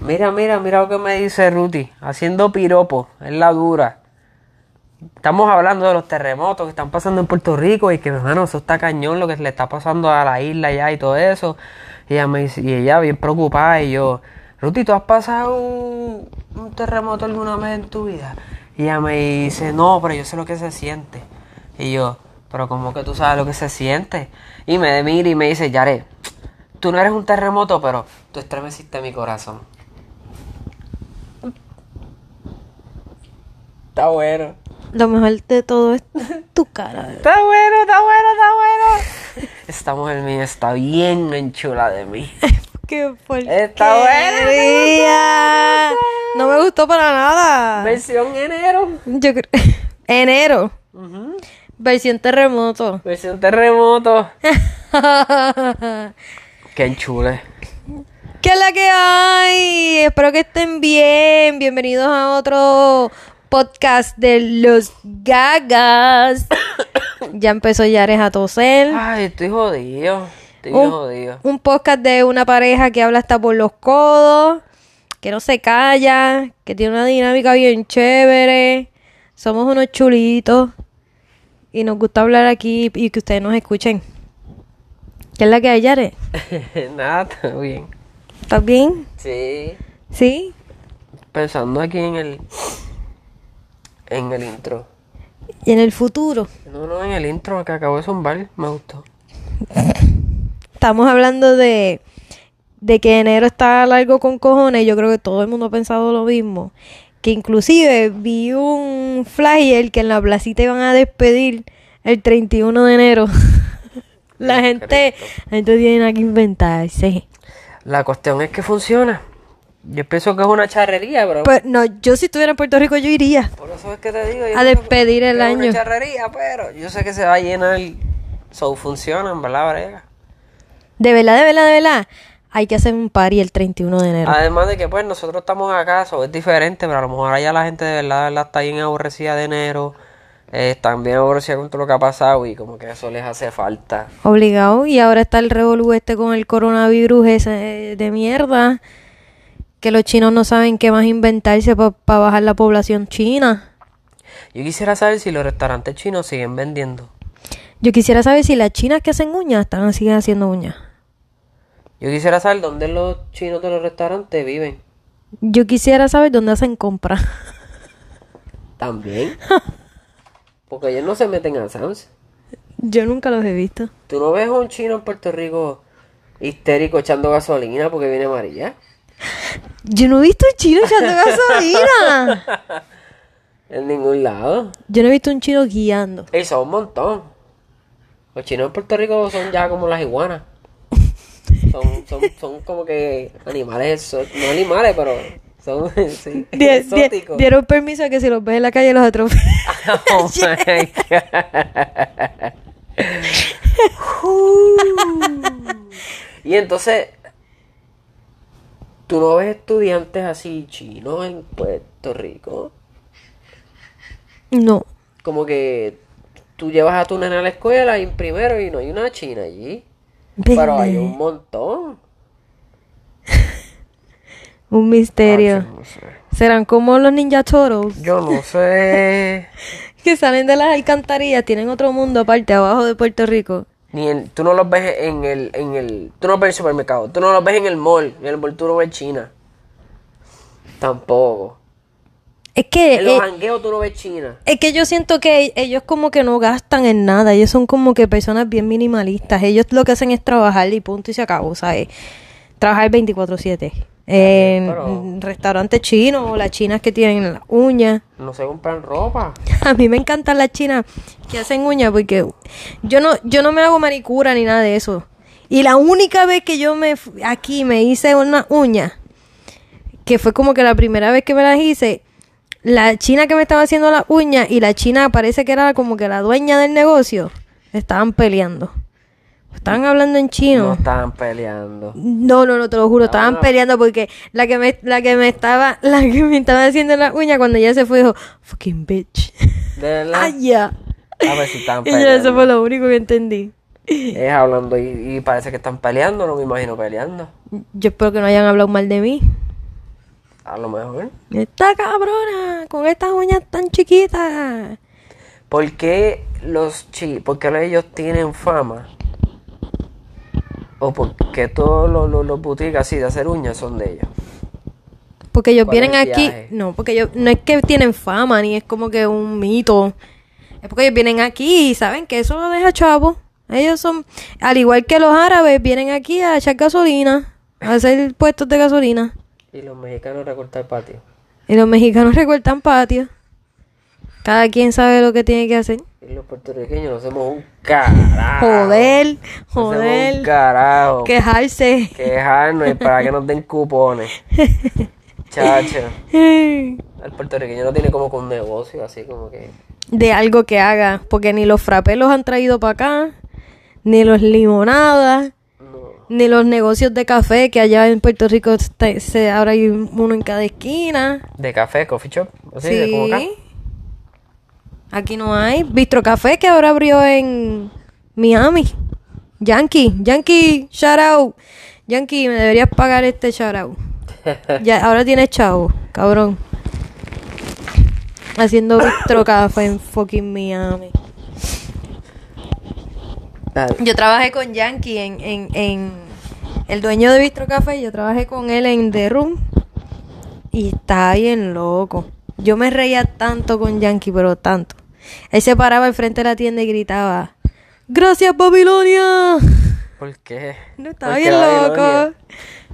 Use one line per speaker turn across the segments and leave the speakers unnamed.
Mira, mira, mira lo que me dice Ruti. Haciendo piropo. Es la dura. Estamos hablando de los terremotos que están pasando en Puerto Rico y que, hermano, eso está cañón lo que le está pasando a la isla ya y todo eso. Y ella, me dice- y ella bien preocupada y yo, Ruti, ¿tú has pasado un, un terremoto alguna vez en tu vida? Y ella me dice, no, pero yo sé lo que se siente. Y yo, pero ¿cómo que tú sabes lo que se siente? Y me mira y me dice, Yare, tú no eres un terremoto, pero tú estremeciste mi corazón. Está bueno.
Lo mejor de todo es tu cara.
Está bueno, está bueno, está bueno. Esta mujer mía está bien enchula de mí.
Qué
Está buena,
porquería. No me gustó para nada.
Versión enero.
Yo creo- Enero. Versión terremoto.
Versión terremoto. Qué enchule.
¿Qué es la que hay? Espero que estén bien. Bienvenidos a otro podcast de los gagas. ya empezó Yares a toser.
Ay, estoy jodido. Estoy
un,
jodido.
un podcast de una pareja que habla hasta por los codos, que no se calla, que tiene una dinámica bien chévere. Somos unos chulitos y nos gusta hablar aquí y que ustedes nos escuchen. ¿Qué es la que hay, Yare?
Nada, todo bien.
¿Estás bien?
Sí.
¿Sí?
Pensando aquí en el. En el intro.
¿Y en el futuro?
No, no, en el intro que acabo de zumbar. Me gustó.
Estamos hablando de, de que enero está largo con cojones. Yo creo que todo el mundo ha pensado lo mismo. Que inclusive vi un flyer que en la placita iban a despedir el 31 de enero. la, gente, la gente tiene que inventarse.
La cuestión es que funciona. Yo pienso que es una charrería, bro.
Pues no, yo si estuviera en Puerto Rico yo iría.
Por eso es que te digo. yo
A
creo
despedir
que
el
es Una
año.
charrería, pero yo sé que se va a llenar. So funciona, en verdad, brega.
De verdad, de verdad, de verdad. Hay que hacer un party el 31 de enero.
Además de que, pues, nosotros estamos acá, eso es diferente, pero a lo mejor allá la gente de verdad, de verdad está bien aborrecida de enero. eh, están bien aborrecida con todo lo que ha pasado y como que eso les hace falta.
Obligado. Y ahora está el revolú este con el coronavirus ese de mierda. Que los chinos no saben qué más inventarse para bajar la población china.
Yo quisiera saber si los restaurantes chinos siguen vendiendo.
Yo quisiera saber si las chinas que hacen uñas están siguen haciendo uñas.
Yo quisiera saber dónde los chinos de los restaurantes viven.
Yo quisiera saber dónde hacen compras.
También. Porque ellos no se meten a Sam's.
Yo nunca los he visto.
¿Tú no ves a un chino en Puerto Rico histérico echando gasolina porque viene amarilla?
Yo no he visto un chino echando gasolina.
En ningún lado.
Yo no he visto un chino guiando.
Y son un montón. Los chinos en Puerto Rico son ya como las iguanas. Son, son, son como que animales, exó- no animales, pero son sí,
Di- di-
exóticos.
dieron permiso a que si los ves en la calle los atropellen.
Oh my God. Uh. y entonces, ¿tú no ves estudiantes así chinos en Puerto Rico?
No.
Como que tú llevas a tu nena a la escuela y primero y no hay una china allí. Pero hay un montón.
Un misterio. Serán como los ninja turtles
Yo no sé.
que salen de las alcantarillas, tienen otro mundo aparte abajo de Puerto Rico.
Ni en- tú no los ves en el, en el, tú no los ves en el supermercado, tú no los ves en el mall, en el mall tú no ves China. Tampoco.
Es que
En los
eh,
jangueos tú no ves China.
es que yo siento que e-, ellos como que no gastan en nada, ellos son como que personas bien minimalistas, ellos lo que hacen es trabajar y punto y se acabó, ¿sabes? Trabajar 24/7 en
pero-
mm, restaurantes chinos o las chinas que tienen las uñas.
No se compran ropa.
A mí me encantan las chinas que hacen uñas porque yo no, yo no me hago manicura ni nada de eso. Y la única vez que yo me fu- aquí me hice una uña, que fue como que la primera vez que me las hice, la china que me estaba haciendo las uñas y la china parece que era como que la dueña del negocio, estaban peleando. Estaban hablando en
No
chino.
están peleando.
No, no, no, te lo juro, estaban peleando porque la que me, la que me estaba, la que me estaba haciendo las uñas cuando ella se fue dijo, fucking bitch.
De verdad.
Ah, ya.
A ver si están
Y yo eso
peleando.
fue lo único que entendí.
Es hablando y, y parece que están peleando, no me imagino peleando.
Yo espero que no hayan hablado mal de mí.
A lo mejor.
Esta cabrona, con estas uñas tan chiquitas.
¿Por qué los chi, por qué ellos tienen fama? ¿O por qué todos los, los, los boutiques así de hacer uñas son de ellos?
Porque ellos
¿Cuál es
vienen
el
aquí.
viaje?
No, porque ellos no es que tienen fama, ni es como que un mito. Es porque ellos vienen aquí y saben que eso lo deja chavo. Ellos son, al igual que los árabes, vienen aquí a echar gasolina, a hacer puestos de gasolina.
Y los mexicanos recortar patio.
Y los mexicanos recortan patio. Cada quien sabe lo que tiene que hacer.
Y los puertorriqueños nos hacemos un carajo.
Joder,
Nos hacemos un
joder,
carajo.
quejarse.
Quejarnos y para que nos den cupones. Chacho. El puertorriqueño no tiene como que un negocio así como que.
de algo que haga, porque ni los frappés los han traído para acá, ni los limonadas,
No.
ni los negocios de café que allá en Puerto Rico está- se ahora hay uno en cada esquina.
De café, coffee shop. Así de como
Sí.
acá.
Aquí no hay Bistro Café que ahora abrió en Miami. Yankee, Yankee, shout out. Yankee, me deberías pagar este shout out. Ya, ahora tienes chavo, cabrón. Haciendo Bistro Café en fucking Miami.
Dale.
Yo trabajé con Yankee en, en, en el dueño de Bistro Café, yo trabajé con él en The Room y está bien loco. Yo me reía tanto con Yankee, pero tanto. Él se paraba al frente de la tienda y gritaba, gracias Babilonia.
¿Por qué?
No, estaba
¿Por qué
bien
Babilonia?
loco.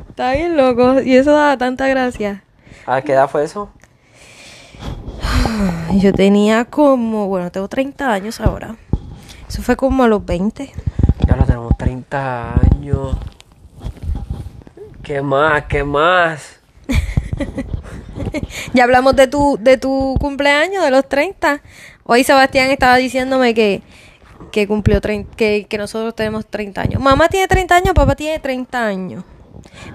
Estaba bien loco y eso daba tanta gracia.
¿A qué edad fue eso?
Ay, Yo tenía como, bueno, tengo 30 años ahora. Eso fue como a los 20.
Ya lo tenemos 30 años. ¿Qué más? ¿Qué más?
Ya hablamos de tu, de tu cumpleaños, de los 30. Hoy Sebastián estaba diciéndome que, que cumplió trein- que, que nosotros tenemos 30 años. Mamá tiene 30 años, papá tiene 30 años.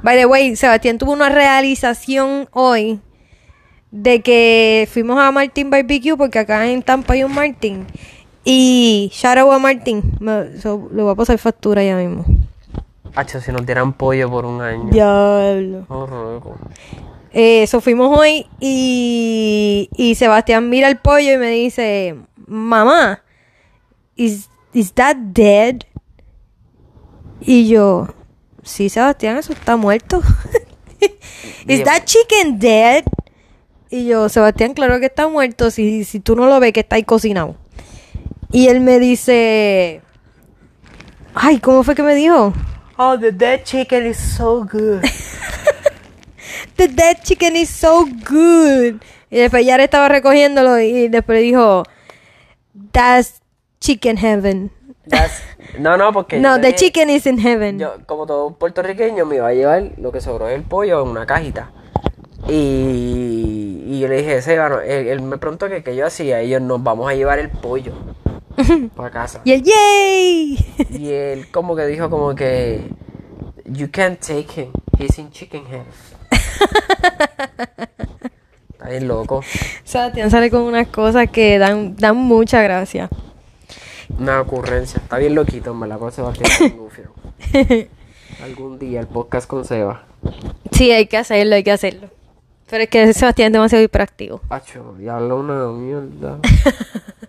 By the way, Sebastián tuvo una realización hoy de que fuimos a Martín Barbecue porque acá en Tampa hay un Martín. Y shout out a Martín. Me- so- le voy a pasar factura ya mismo.
Hacho, si nos dieran pollo por un año.
Diablo.
No, ruego.
Eh, Eso fuimos hoy y, y Sebastián mira el pollo y me dice, mamá, is, is that dead? Y yo, sí, Sebastián, eso está muerto.
Bien.
is that chicken dead? Y yo, Sebastián, claro que está muerto, si, si tú no lo ves que está ahí cocinado. Y él me dice, ay, ¿cómo fue que me dijo?
Oh, the dead chicken is so good.
The dead chicken is so good. Y después Yara estaba recogiéndolo y después dijo, That's chicken heaven.
That's- No, no, porque.
No,
yo
the
tenía-
chicken is in heaven.
Yo, como todo puertorriqueño, me iba a llevar lo que sobró del pollo en una cajita. Y, y yo le dije, Seba, no", él, él me preguntó que, que yo hacía. Y yo, nos vamos a llevar el pollo para casa.
Y el yay.
Y él como que dijo como que You can't take him, he's in chicken heaven. Está bien loco.
Sebastián sale con unas cosas que dan, dan mucha gracia.
Una ocurrencia. Está bien loquito, en verdad, con Sebastián es un gufio. Algún día el podcast con Seba.
Sí, hay que hacerlo, hay que hacerlo. Pero es que Sebastián es demasiado hiperactivo.
Acho, y habla una mierda.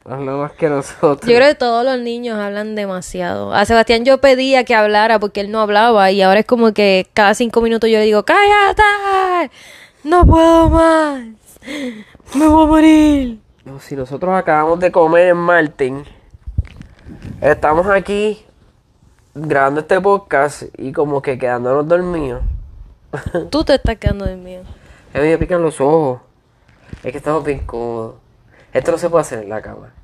habla más que nosotros.
Yo creo que todos los niños hablan demasiado. A Sebastián yo pedía que hablara porque él no hablaba y ahora es como que cada cinco minutos yo le digo, cállate, no puedo más, me voy a morir.
No, si nosotros acabamos de comer en Martin, estamos aquí grabando este podcast y como que quedándonos dormidos.
Tú te estás quedando de miedo.
A mí me pican los ojos. Es que estamos bien cómodos. Esto no se puede hacer en la cama.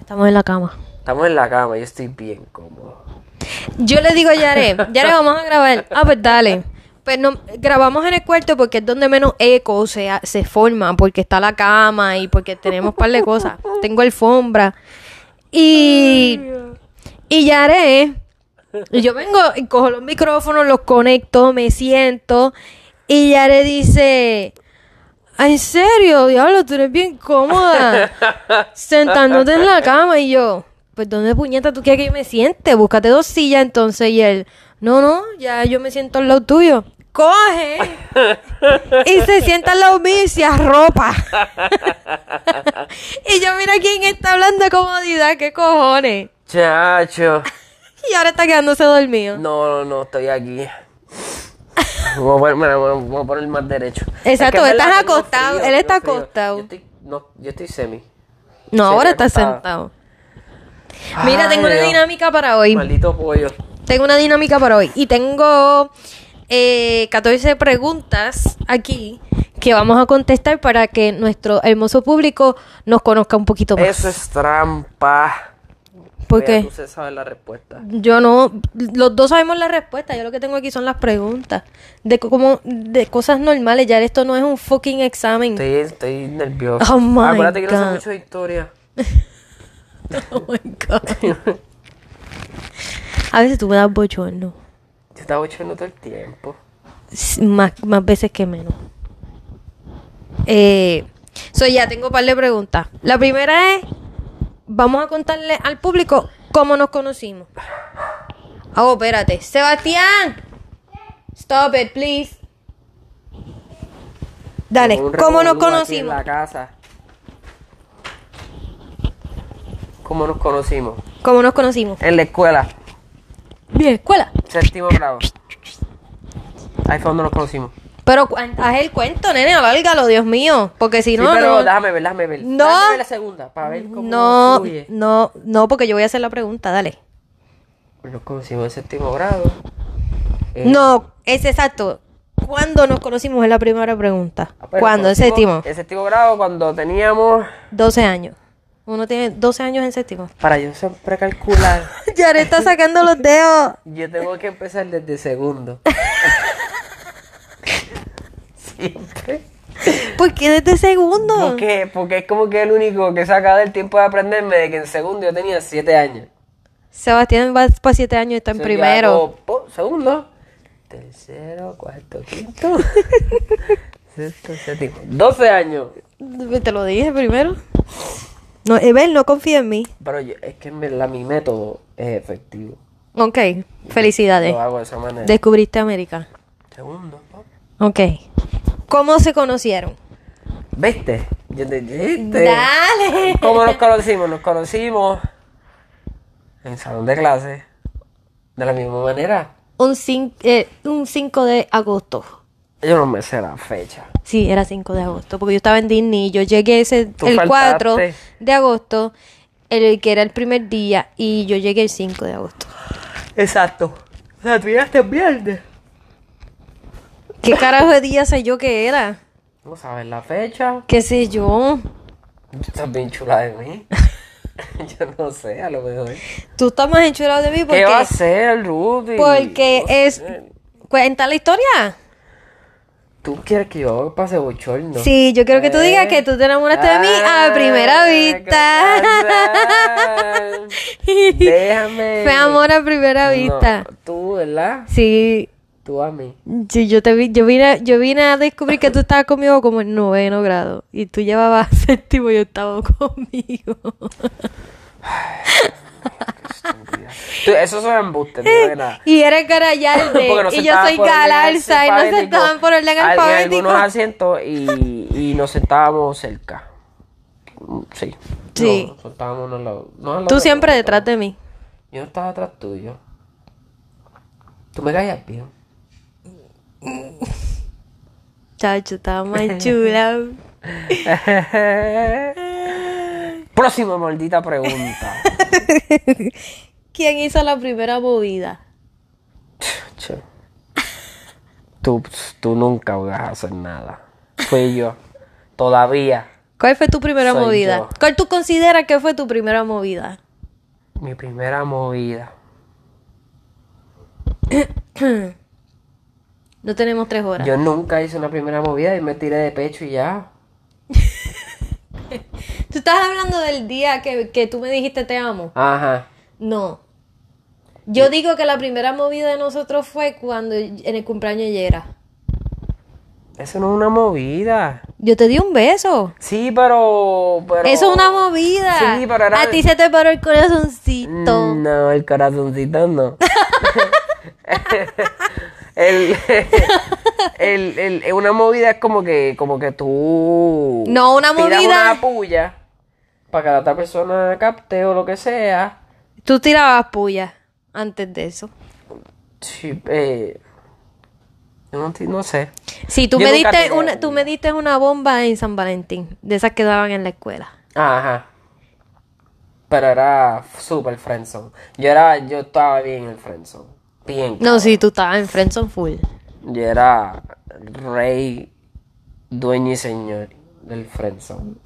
Estamos en la cama.
Estamos en la cama, yo estoy bien cómodo.
Yo le digo a Yare, Yare, vamos a grabar. Ah, pues dale. Pues no, grabamos en el cuarto porque es donde menos eco se, ha- se forma, porque está la cama y porque tenemos par de cosas. Tengo alfombra. Y, y Yare, y yo vengo y cojo los micrófonos, los conecto, me siento. Y Yare dice, "Ah, ¿en serio? Diablo, tú eres bien cómoda sentándote en la cama y yo, pues ¿dónde puñeta tú quieres que yo me siente? Búscate dos sillas entonces y él, no, no, ya yo me siento al lado tuyo. coge y se sienta al lado mío y se arropa. y yo, mira quién está hablando de comodidad, qué cojones.
Chacho.
Y ahora está quedándose dormido.
No, no, no, estoy aquí. Voy a poner, mira, voy a- voy a poner más derecho.
Exacto,
en verdad
estás
tengo
acostado, él
tengo
está
frío.
acostado.
Yo estoy, no, yo estoy semi.
No,
Sí,
ahora
está
está
acostado.
sentado. Mira,
Ay,
tengo una
Dios.
dinámica para hoy.
Maldito pollo.
Tengo una dinámica para hoy. Y tengo eh, 14 preguntas aquí que vamos a contestar para que nuestro hermoso público nos conozca un poquito más.
Eso es trampa.
¿Por
Ya
qué?
Tú se sabes la respuesta.
Yo no, los dos sabemos la respuesta. Yo lo que tengo aquí son las preguntas de co- como de cosas normales. Ya esto no es un fucking examen.
Estoy, estoy nervioso.
Oh, my
Acuérdate que no sé
God.
mucho de historia.
Oh my God. A veces tú me das bochorno.
Te estaba echando todo el tiempo.
S- Más, más veces que menos. Eh, so ya tengo un par de preguntas. La primera es: vamos a contarle al público cómo nos conocimos. Oh, espérate. Sebastián, stop it, please. Dale,
Hubo un
¿cómo nos
revolú aquí En
conocimos?
la casa. ¿Cómo nos conocimos?
¿Cómo nos conocimos?
En la escuela,
Bien, escuela.
séptimo grado. Ahí fue donde nos conocimos.
Pero cu- haz el cuento, nene, aválgalo, Dios mío. Porque si
Sí,
no.
pero
no...
déjame ver, déjame ver.
No.
Déjame ver la segunda para ver cómo
No,
fluye.
no, no, porque yo voy a hacer la pregunta, dale.
Nos conocimos en séptimo grado. Eh,
No, es exacto. ¿Cuándo nos conocimos? Es la primera pregunta.
ah, pero
¿Cuándo? En
nos
séptimo.
conocimos En séptimo grado cuando teníamos...
12 años. Uno tiene 12 años en séptimo.
Para yo siempre calcular,
Yare está sacando los dedos.
yo tengo que empezar desde segundo. siempre.
¿Por qué desde segundo?
Porque, porque es como que el único que saca del tiempo de aprenderme de que en segundo yo tenía siete años.
Sebastián va para 7 años y está en
Entonces, yo
primero.
hago, po, segundo, tercero, cuarto, quinto, sexto, séptimo. 12 años.
Te lo dije primero. No, Evel, no confía en mí.
Pero yo- es que en verdad mi método es efectivo.
Ok, felicidades.
Lo hago de esa manera.
Descubriste América.
Segundo, ¿no?
Ok. ¿Cómo se conocieron?
¿Viste? Yo te dijiste.
Dale.
¿Cómo nos conocimos? Nos conocimos en el salón de clase. De la misma manera.
Un, cin- eh, un 5 de agosto.
Yo no me sé la fecha.
Sí, era 5 de agosto, porque yo estaba en Disney. Yo llegué ese,
Tú
el 4
faltaste.
de agosto, el que era el primer día, y yo llegué el 5 de agosto.
Exacto. O sea, tú llegaste el viernes.
¿Qué carajo de día sé yo que era?
No sabes la fecha.
¿Qué sé yo?
Tú estás bien chula de mí. yo no sé, a lo mejor.
Tú estás más enchulado de mí
¿Qué
porque...
va a ser, Rudy?
Porque
No
es...
sé.
¿Cuenta la historia?
¿Tú quieres que yo pase bochorno?
Sí, yo quiero que tú digas que tú te enamoraste de mí a primera
Ah,
vista.
Déjame.
Fue amor a primera vista.
No, tú, ¿verdad?
Sí,
Tú a mí.
Sí, yo te vi, yo vine, a- yo vine a descubrir que tú estabas conmigo como en noveno grado y tú llevabas séptimo y octavo conmigo.
Tú- eso son embustes, no de nada.
Y eres Garayalde
Porque nos
y yo
sentaban
soy
por orden
Galarza y nos
alfabético,
sentaban por orden
al- En
alfabético.
algunos asientos y, y nos sentábamos cerca. Mm, Sí.
Sí.
No, nos sentábamos uno al lado- no al lado
Tú
del
siempre
otro.
detrás de mí.
Yo no estaba detrás tuyo. Tú me caías bien.
Chacho, estaba más chula.
Próxima maldita pregunta.
¿Quién hizo la primera movida?
Che. Tú, tú nunca vas a hacer nada. Fui yo. Todavía.
¿Cuál fue tu primera
Soy
movida?
yo.
¿Cuál tú consideras que fue tu primera movida?
Mi primera movida.
No tenemos tres horas.
Yo nunca hice una primera movida y me tiré de pecho y ya.
Tú estás hablando del día que, que tú me dijiste te amo.
Ajá.
No. Yo digo que la primera movida de nosotros fue cuando en el cumpleaños de Yera.
Eso no es una movida.
Yo te di un beso.
Sí, pero. pero...
Eso es una movida.
Sí, pero era- Mm,
A ti se te paró el corazoncito.
No, el corazoncito no. el, el- el- el- una movida es como que, como que tú.
No, una
tiras
movida-
una puya para que la otra persona capte o lo que sea.
Tú tirabas puya antes de eso.
Sí, eh, yo no, enti- no sé.
Sí, tú
Yo
me
nunca
diste
tiré
una, tú me diste una bomba en San Valentín, de esas que daban en la escuela.
Ajá. Pero era súper friendzone. Yo era, yo estaba bien en el friendzone. Bien.
No, sí, tú estabas en Friendzone Full.
Yo era rey, dueño y señor del friendzone.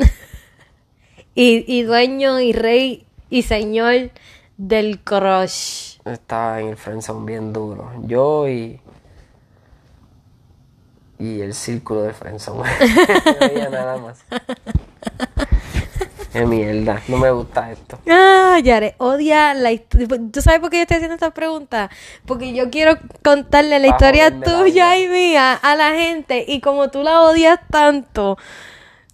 Y, y dueño y rey y señor del crush.
Estaba en el friendzone bien duro. Yo y... Y el círculo de friendzone. no había nada más. Qué mierda. No me gusta esto.
Ah, Yare, odia la historia. ¿Tú sabes por qué yo estoy haciendo esta pregunta? Porque yo quiero contarle la
Pa'
historia
joderme la
tuya
vida.
y mía a la gente. Y como tú la odias tanto,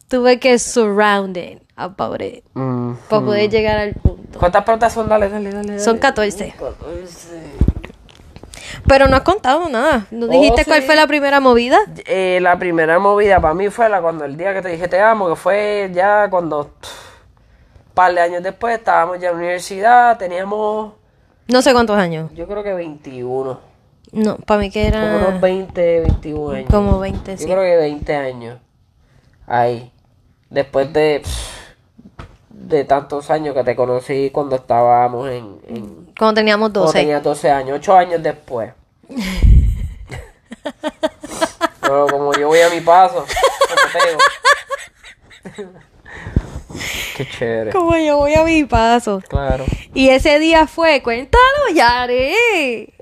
tuve que surrounded about it
Mm.
para poder llegar al punto.
¿Cuántas preguntas son? Dale, dale, dale. dale.
Son 14. Pero no has contado nada. ¿No
Oh,
dijiste cuál
sí.
fue la primera movida?
Eh, la primera movida para mí fue la cuando el día que te dije te amo, que fue ya cuando un par de años después estábamos ya en la universidad, teníamos
No sé cuántos años.
yo creo que 21,
No, para mí que
como unos
era
20, 21 años.
Ah. como 20,
Yo
sí.
creo que 20 años. Ahí. Después de de tantos años que te conocí cuando estábamos en, en
Cuando teníamos
cuando
12.
tenía 12 años, 8 años después. Pero como yo voy a mi paso, como tengo. Qué chévere.
Como yo voy a mi paso.
Claro.
Y ese día fue, cuéntalo, Yare.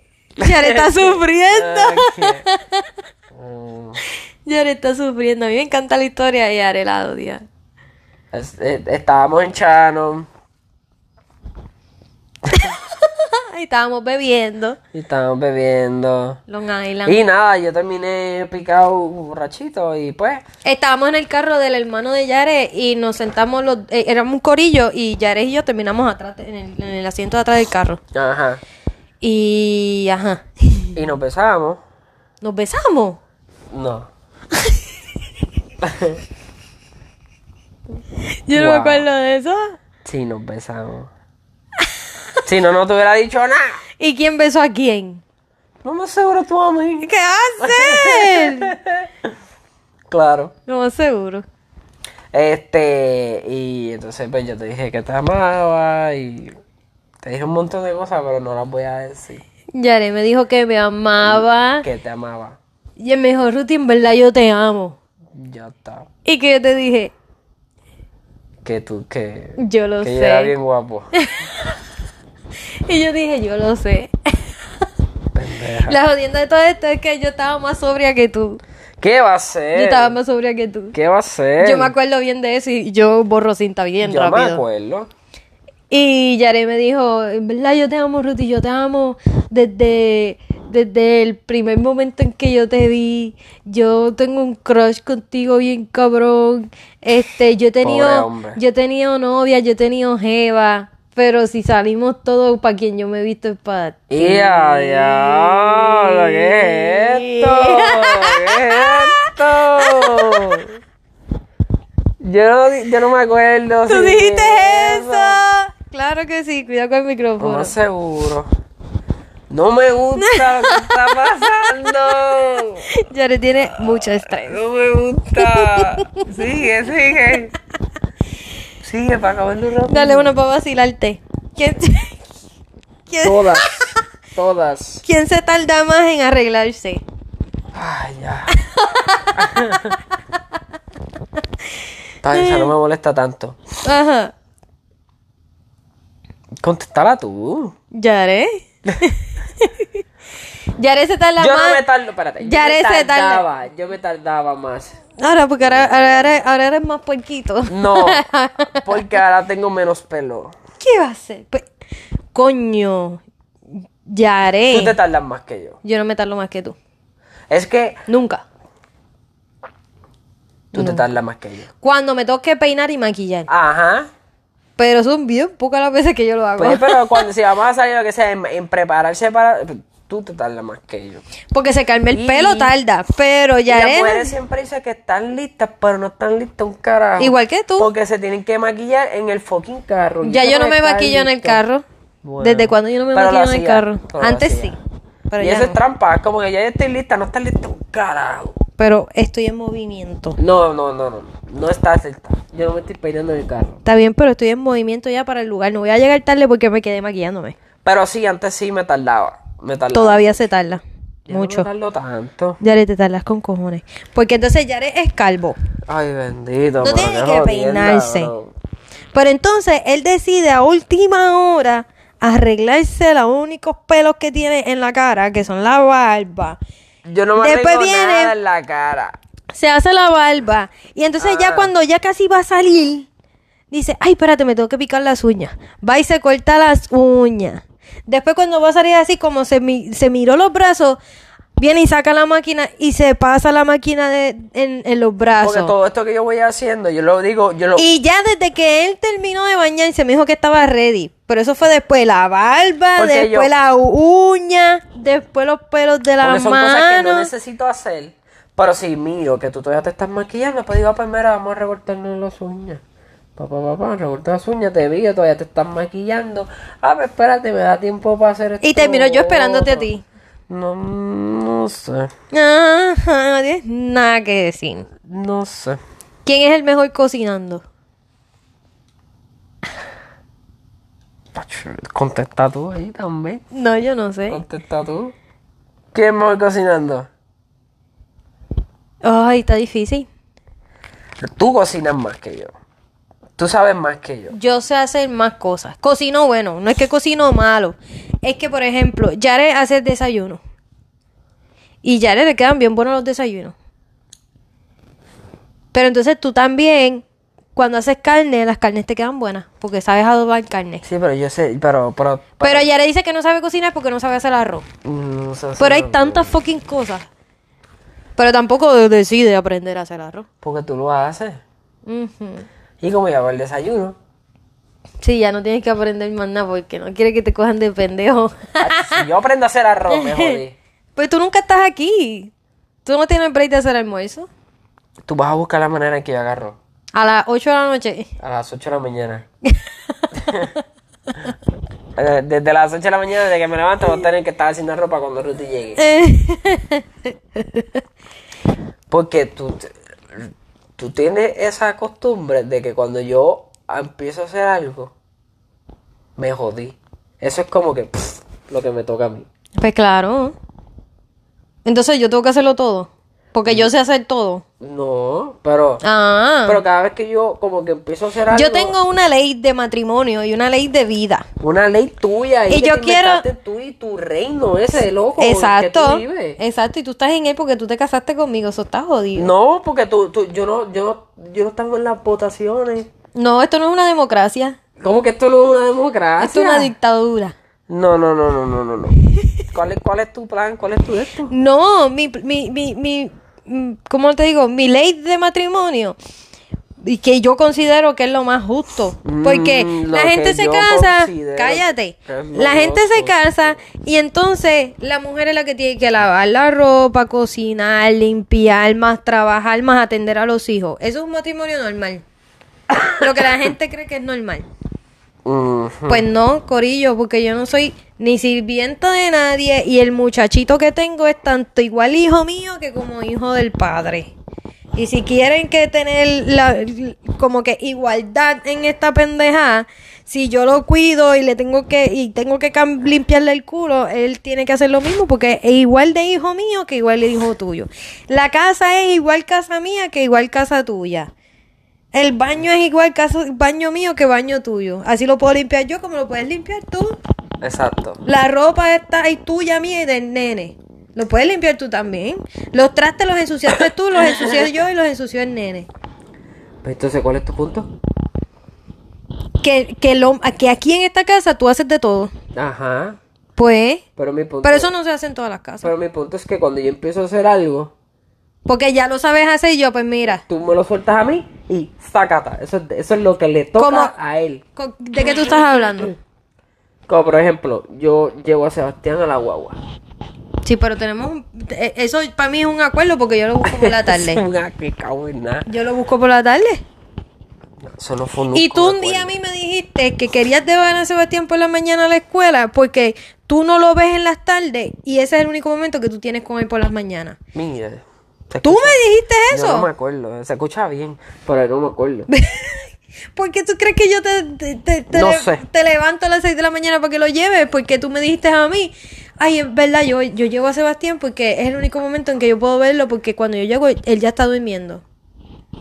Yare está
Ah,
sufriendo.
qué- Mm.
Yare está sufriendo. A mí me encanta la historia de Yare, la odia.
Es- eh, Estábamos en Chano
Y Ah, estábamos bebiendo
y estábamos bebiendo.
Long Island.
Y nada, yo terminé picado borrachito y pues
Estábamos en el carro del hermano de Yare y nos sentamos los... eh, éramos un corillo y Yare y yo terminamos atrás, en el, en el asiento de atrás del carro.
Ajá.
Y... Ajá.
Y nos besamos.
Nos besamos.
No.
Yo no me
Wow.
acuerdo de eso.
Sí, nos besamos. si no, no te hubiera dicho nada.
¿Y quién besó a quién?
No me aseguro tú a mí.
¿Qué hacer?
Claro.
Lo más seguro.
Este, y entonces pues yo te dije que te amaba y te dije un montón de cosas, pero no las voy a decir.
Yare me dijo que me amaba.
Que te amaba.
Y él me dijo, Ruti, en verdad yo te amo.
Ya está.
Y que yo te dije,
Que tú, que...
yo lo
que yo era
sé.
bien guapo.
Y yo dije, yo lo sé.
Pendeja.
La jodienda de todo esto es que yo estaba más sobria que tú.
¿Qué va a
Yo estaba
ser?
más sobria que tú.
¿Qué va a ser?
Yo me acuerdo bien de eso y yo borro cinta bien
Eh. Yo me
rápido.
acuerdo.
Y Yare me dijo, en verdad yo te amo, Ruti, yo te amo desde, desde el primer momento en que yo te vi. Yo tengo un crush contigo bien cabrón. Este, yo he
Pobre
tenido,
hombre.
yo he tenido novia, yo he tenido jeva, pero si salimos todos para quien yo me he visto es para ti.
Y adiós, ¿qué es esto? ¿Qué es esto? Yo no, di- yo no me acuerdo.
¡Tú
si
dijiste
dije
eso! Claro que sí, cuidado con el
No
micrófono.
más seguro. No me gusta lo que está pasando.
Yare tiene mucho estrés.
No me gusta. Sigue, sigue. Sigue para acabarlo rápido.
Dale una para vacilarte. ¿Quién, quién-
Todas, todas.
quién se tarda más en arreglarse?
Ay, ya. Tancha, no me molesta tanto.
Ajá.
Contestala tú.
Yare. Yare se tarda
Yo
más.
no me tardo, espérate. Yo
Ya
me
eres de tarde.
tardaba, yo me tardaba más.
Ahora, porque ahora, ahora, ahora- ahora eres más puerquito.
No, porque ahora tengo menos pelo.
¿Qué va a hacer? Pues, coño. Yare.
Tú te tardas más que yo.
Yo no me tardo más que tú.
Es que
Nunca.
tú te tardas más que yo.
Cuando me toque peinar y maquillar.
Ajá.
Pero son bien pocas las veces que yo lo hago.
Pues, pero cuando si vamos a salir lo que sea, en, en prepararse para. tú te tardas más que yo.
Porque se calme el
Y-
pelo tarda, pero
Y las
Yarena...
mujeres siempre dicen que están listas, pero no están listas un carajo.
Igual que tú.
Porque se tienen que maquillar en el fucking carro.
Ya yo no me
estar
maquillo en el
lista.
carro.
Bueno.
¿Desde cuándo yo no me
Pero lo
maquillo en el
hacía,
carro?
pero lo
Antes sí.
hacía.
Pero
y
ya
eso es
no.
trampa, es como que ya yo estoy lista, no estás lista un carajo.
Pero estoy en movimiento.
No, no, no, no, no estás lista. Yo no me estoy peleando en el carro.
Está bien, pero estoy en movimiento ya para el lugar. No voy a llegar tarde porque me quedé maquillándome.
Pero sí, antes sí me tardaba. Me tardaba.
Todavía se tarda.
Ya no
Mucho.
me tardo tanto.
Yare, te tardas con cojones. Porque entonces Yare es calvo.
Ay, bendito.
No
pero
tiene
qué
que
jodienda,
peinarse.
bro.
Pero entonces él decide a última hora arreglarse los únicos pelos que tiene en la cara, que son la barba.
Yo no me
Después
arreglo
viene-
nada en la cara.
se hace la barba y entonces
Ah.
ya cuando ya casi va a salir, dice, ay, espérate, me tengo que picar las uñas. Va y se corta las uñas. Después cuando va a salir así, como se, mi- se miró los brazos, viene y saca la máquina y se pasa la máquina de- en, en los
Porque
brazos.
todo esto que yo voy haciendo, yo lo digo, yo lo...
Y ya desde que él terminó de bañarse me dijo que estaba ready. Pero eso fue después la barba,
Porque
después
yo-
la uña, después los pelos de la
Porque son cosas que no
mano.
necesito hacer. Pero si miro que tú todavía te estás maquillando, pues digo, pues mira, vamos a recortarnos las uñas. Papá, papá, recortar las uñas, te vi que todavía te estás maquillando. Ah, pero espérate, me da tiempo para hacer esto.
Y termino yo esperándote a
otro.
ti.
No, no sé,
Ajá, no tienes nada que decir.
no sé.
¿Quién es el mejor cocinando?
Pacho, Contesta tú ahí también.
No, yo no sé.
Contesta tú. ¿Quién me voy cocinando?
Ay, está difícil.
Tú cocinas más que yo. Tú sabes más que yo.
Yo sé hacer más cosas. Cocino bueno, no es que cocino malo. Es que, por ejemplo, Yare hace desayuno. Y Yare le quedan bien buenos los desayunos. Pero entonces tú también, cuando haces carne, las carnes te quedan buenas. Porque sabes adobar carne.
Sí, pero yo sé, pero, pero, mm,
Pero Yare dice que no sabe cocinar porque no sabe hacer arroz.
no sé hacer
Pero hay
nada.
tantas fucking cosas. Pero tampoco decide aprender a hacer arroz.
Porque tú lo haces.
Ujú.
Y como yo hago el desayuno.
Sí, ya no tienes que aprender más nada porque no quiere que te cojan de pendejo.
Si yo aprendo a hacer arroz, me jodí.
pues tú nunca estás aquí. Tú no tienes break de hacer almuerzo.
Tú vas a buscar la manera en que yo agarro.
A las 8 de la noche.
A las 8 de la mañana. Eh, Desde las 8 de la mañana, desde que me levanto, voy a tener que estar haciendo ropa cuando Ruth llegue. Porque tú, te- tú tienes esa costumbre de que cuando yo empiezo a hacer algo, me jodí. Eso es como que pff, lo que me toca a mí.
Pues claro. Entonces yo tengo que hacerlo todo. Porque yo sé hacer todo.
No, pero,
Ah.
pero cada vez que yo como que empiezo a hacer algo,
yo tengo una ley de matrimonio y una ley de vida.
una ley tuya
Y
que
yo
te
quiero-
inventaste tú y tu reino ese de loco en el que
Exacto.
tú vives.
Exacto. Y tú estás en él porque tú te casaste conmigo. Eso está jodido.
No, porque tú, tú- yo no, yo no, yo no estaba en las votaciones.
No, esto no es una democracia.
¿Cómo que esto no es una
Esto
democracia?
es una dictadura.
No, no, no, no, no, no, no. ¿Cuál es, cuál es tu plan? ¿Cuál es tu de esto?
No, mi, mi, mi, mi, mm, ¿cómo te digo? Mi ley de matrimonio. Y que yo considero que es lo más justo. Porque
Mm,
la
lo
gente
que
se
yo
casa.
considero
Cállate.
que es lo
La gente
más
se
justo.
casa. Y entonces la mujer es la que tiene que lavar la ropa, cocinar, limpiar, más trabajar, más atender a los hijos. Eso es un matrimonio normal. lo que la gente cree que es normal.
Ujú.
Pues no, Corillo, porque yo no soy ni sirvienta de nadie y el muchachito que tengo es tanto igual hijo mío que como hijo del padre. Y si quieren que tener la, como que igualdad en esta pendeja, si yo lo cuido y le tengo que y tengo que cam- limpiarle el culo, él tiene que hacer lo mismo porque es igual de hijo mío que igual de hijo tuyo. La casa es igual casa mía que igual casa tuya. El baño es igual caso, baño mío que baño tuyo. Así lo puedo limpiar yo como lo puedes limpiar tú.
Exacto.
La ropa esta es tuya, mía y del nene. Lo puedes limpiar tú también. Los trastes los ensuciaste tú, los ensucié yo y los ensució el nene.
Pues entonces, ¿cuál es tu punto?
Que, que, lo, que aquí en esta casa tú haces de todo.
Ajá.
Pues,
Pero mi punto,
pero eso no se hace en todas las casas.
pero mi punto es que cuando yo empiezo a hacer algo,
Porque ya lo sabes hacer y yo, pues mira,
tú me lo sueltas a mí y sacata. Eso, es- eso es lo que le toca
¿Cómo?
a él.
co- ¿de qué tú estás hablando?
Como por ejemplo, yo llevo a Sebastián a la guagua.
Sí, pero tenemos... un- eh, Eso para mí es un acuerdo porque yo lo busco por la tarde.
Una que cago en nada.
Yo lo busco por la tarde.
Eso no fue nunca
Y tú un
acuerdo.
día a mí me dijiste que querías llevar a Sebastián por la mañana a la escuela porque tú no lo ves en las tardes y ese es el único momento que tú tienes con él por las mañanas.
Mira. se
¿Tú
escucha-
me dijiste eso?
Yo no me acuerdo. Se escucha bien, pero no me acuerdo.
¿Por qué tú crees que yo te, te, te- te
No
le-
sé.
te levanto a las 6 de la mañana para que lo lleves? Porque tú me dijiste a mí, ay, es verdad, yo, yo llevo a Sebastián porque es el único momento en que yo puedo verlo porque cuando yo llego él ya está durmiendo.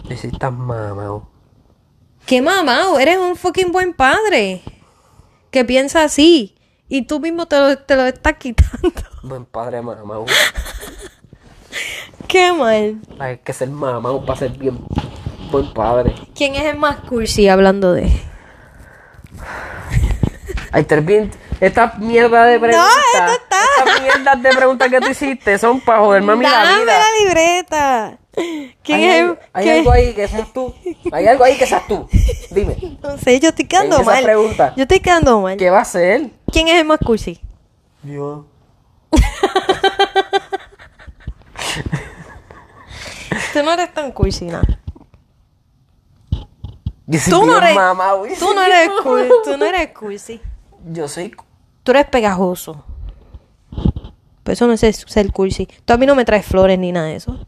Y si estás mamado.
¡Qué mamado! Eres un fucking buen padre que piensa así y tú mismo te lo, te lo estás quitando.
Buen padre mamado.
¡Qué mal!
Hay que ser mamado para ser bien buen padre.
¿Quién es el más cursi hablando de...?
Ay, te bien. Esta mierda de preguntas.
esto está-
Estas mierdas de preguntas que tú hiciste son para joderme a mí la
¡Dame
vida.
la libreta! ¿Quién
hay
es el...?
algo, hay
qué-
algo ahí que seas tú. Hay algo ahí que seas tú. Dime.
No sé, yo estoy quedando
En esa
mal.
pregunta.
Yo estoy quedando mal.
¿Qué va a ser?
¿Quién es el más cursi?
Yo.
Tú no eres tan cursi, ¿no?
Yo soy
Tú no
bien
eres,
mamado, yo
tú
soy
no
bien
eres,
mamado.
cur- tú no eres cursi.
Yo soy.
Tú eres pegajoso. Pero eso no es ser- ser cursi. Tú a mí no me traes flores ni nada de eso.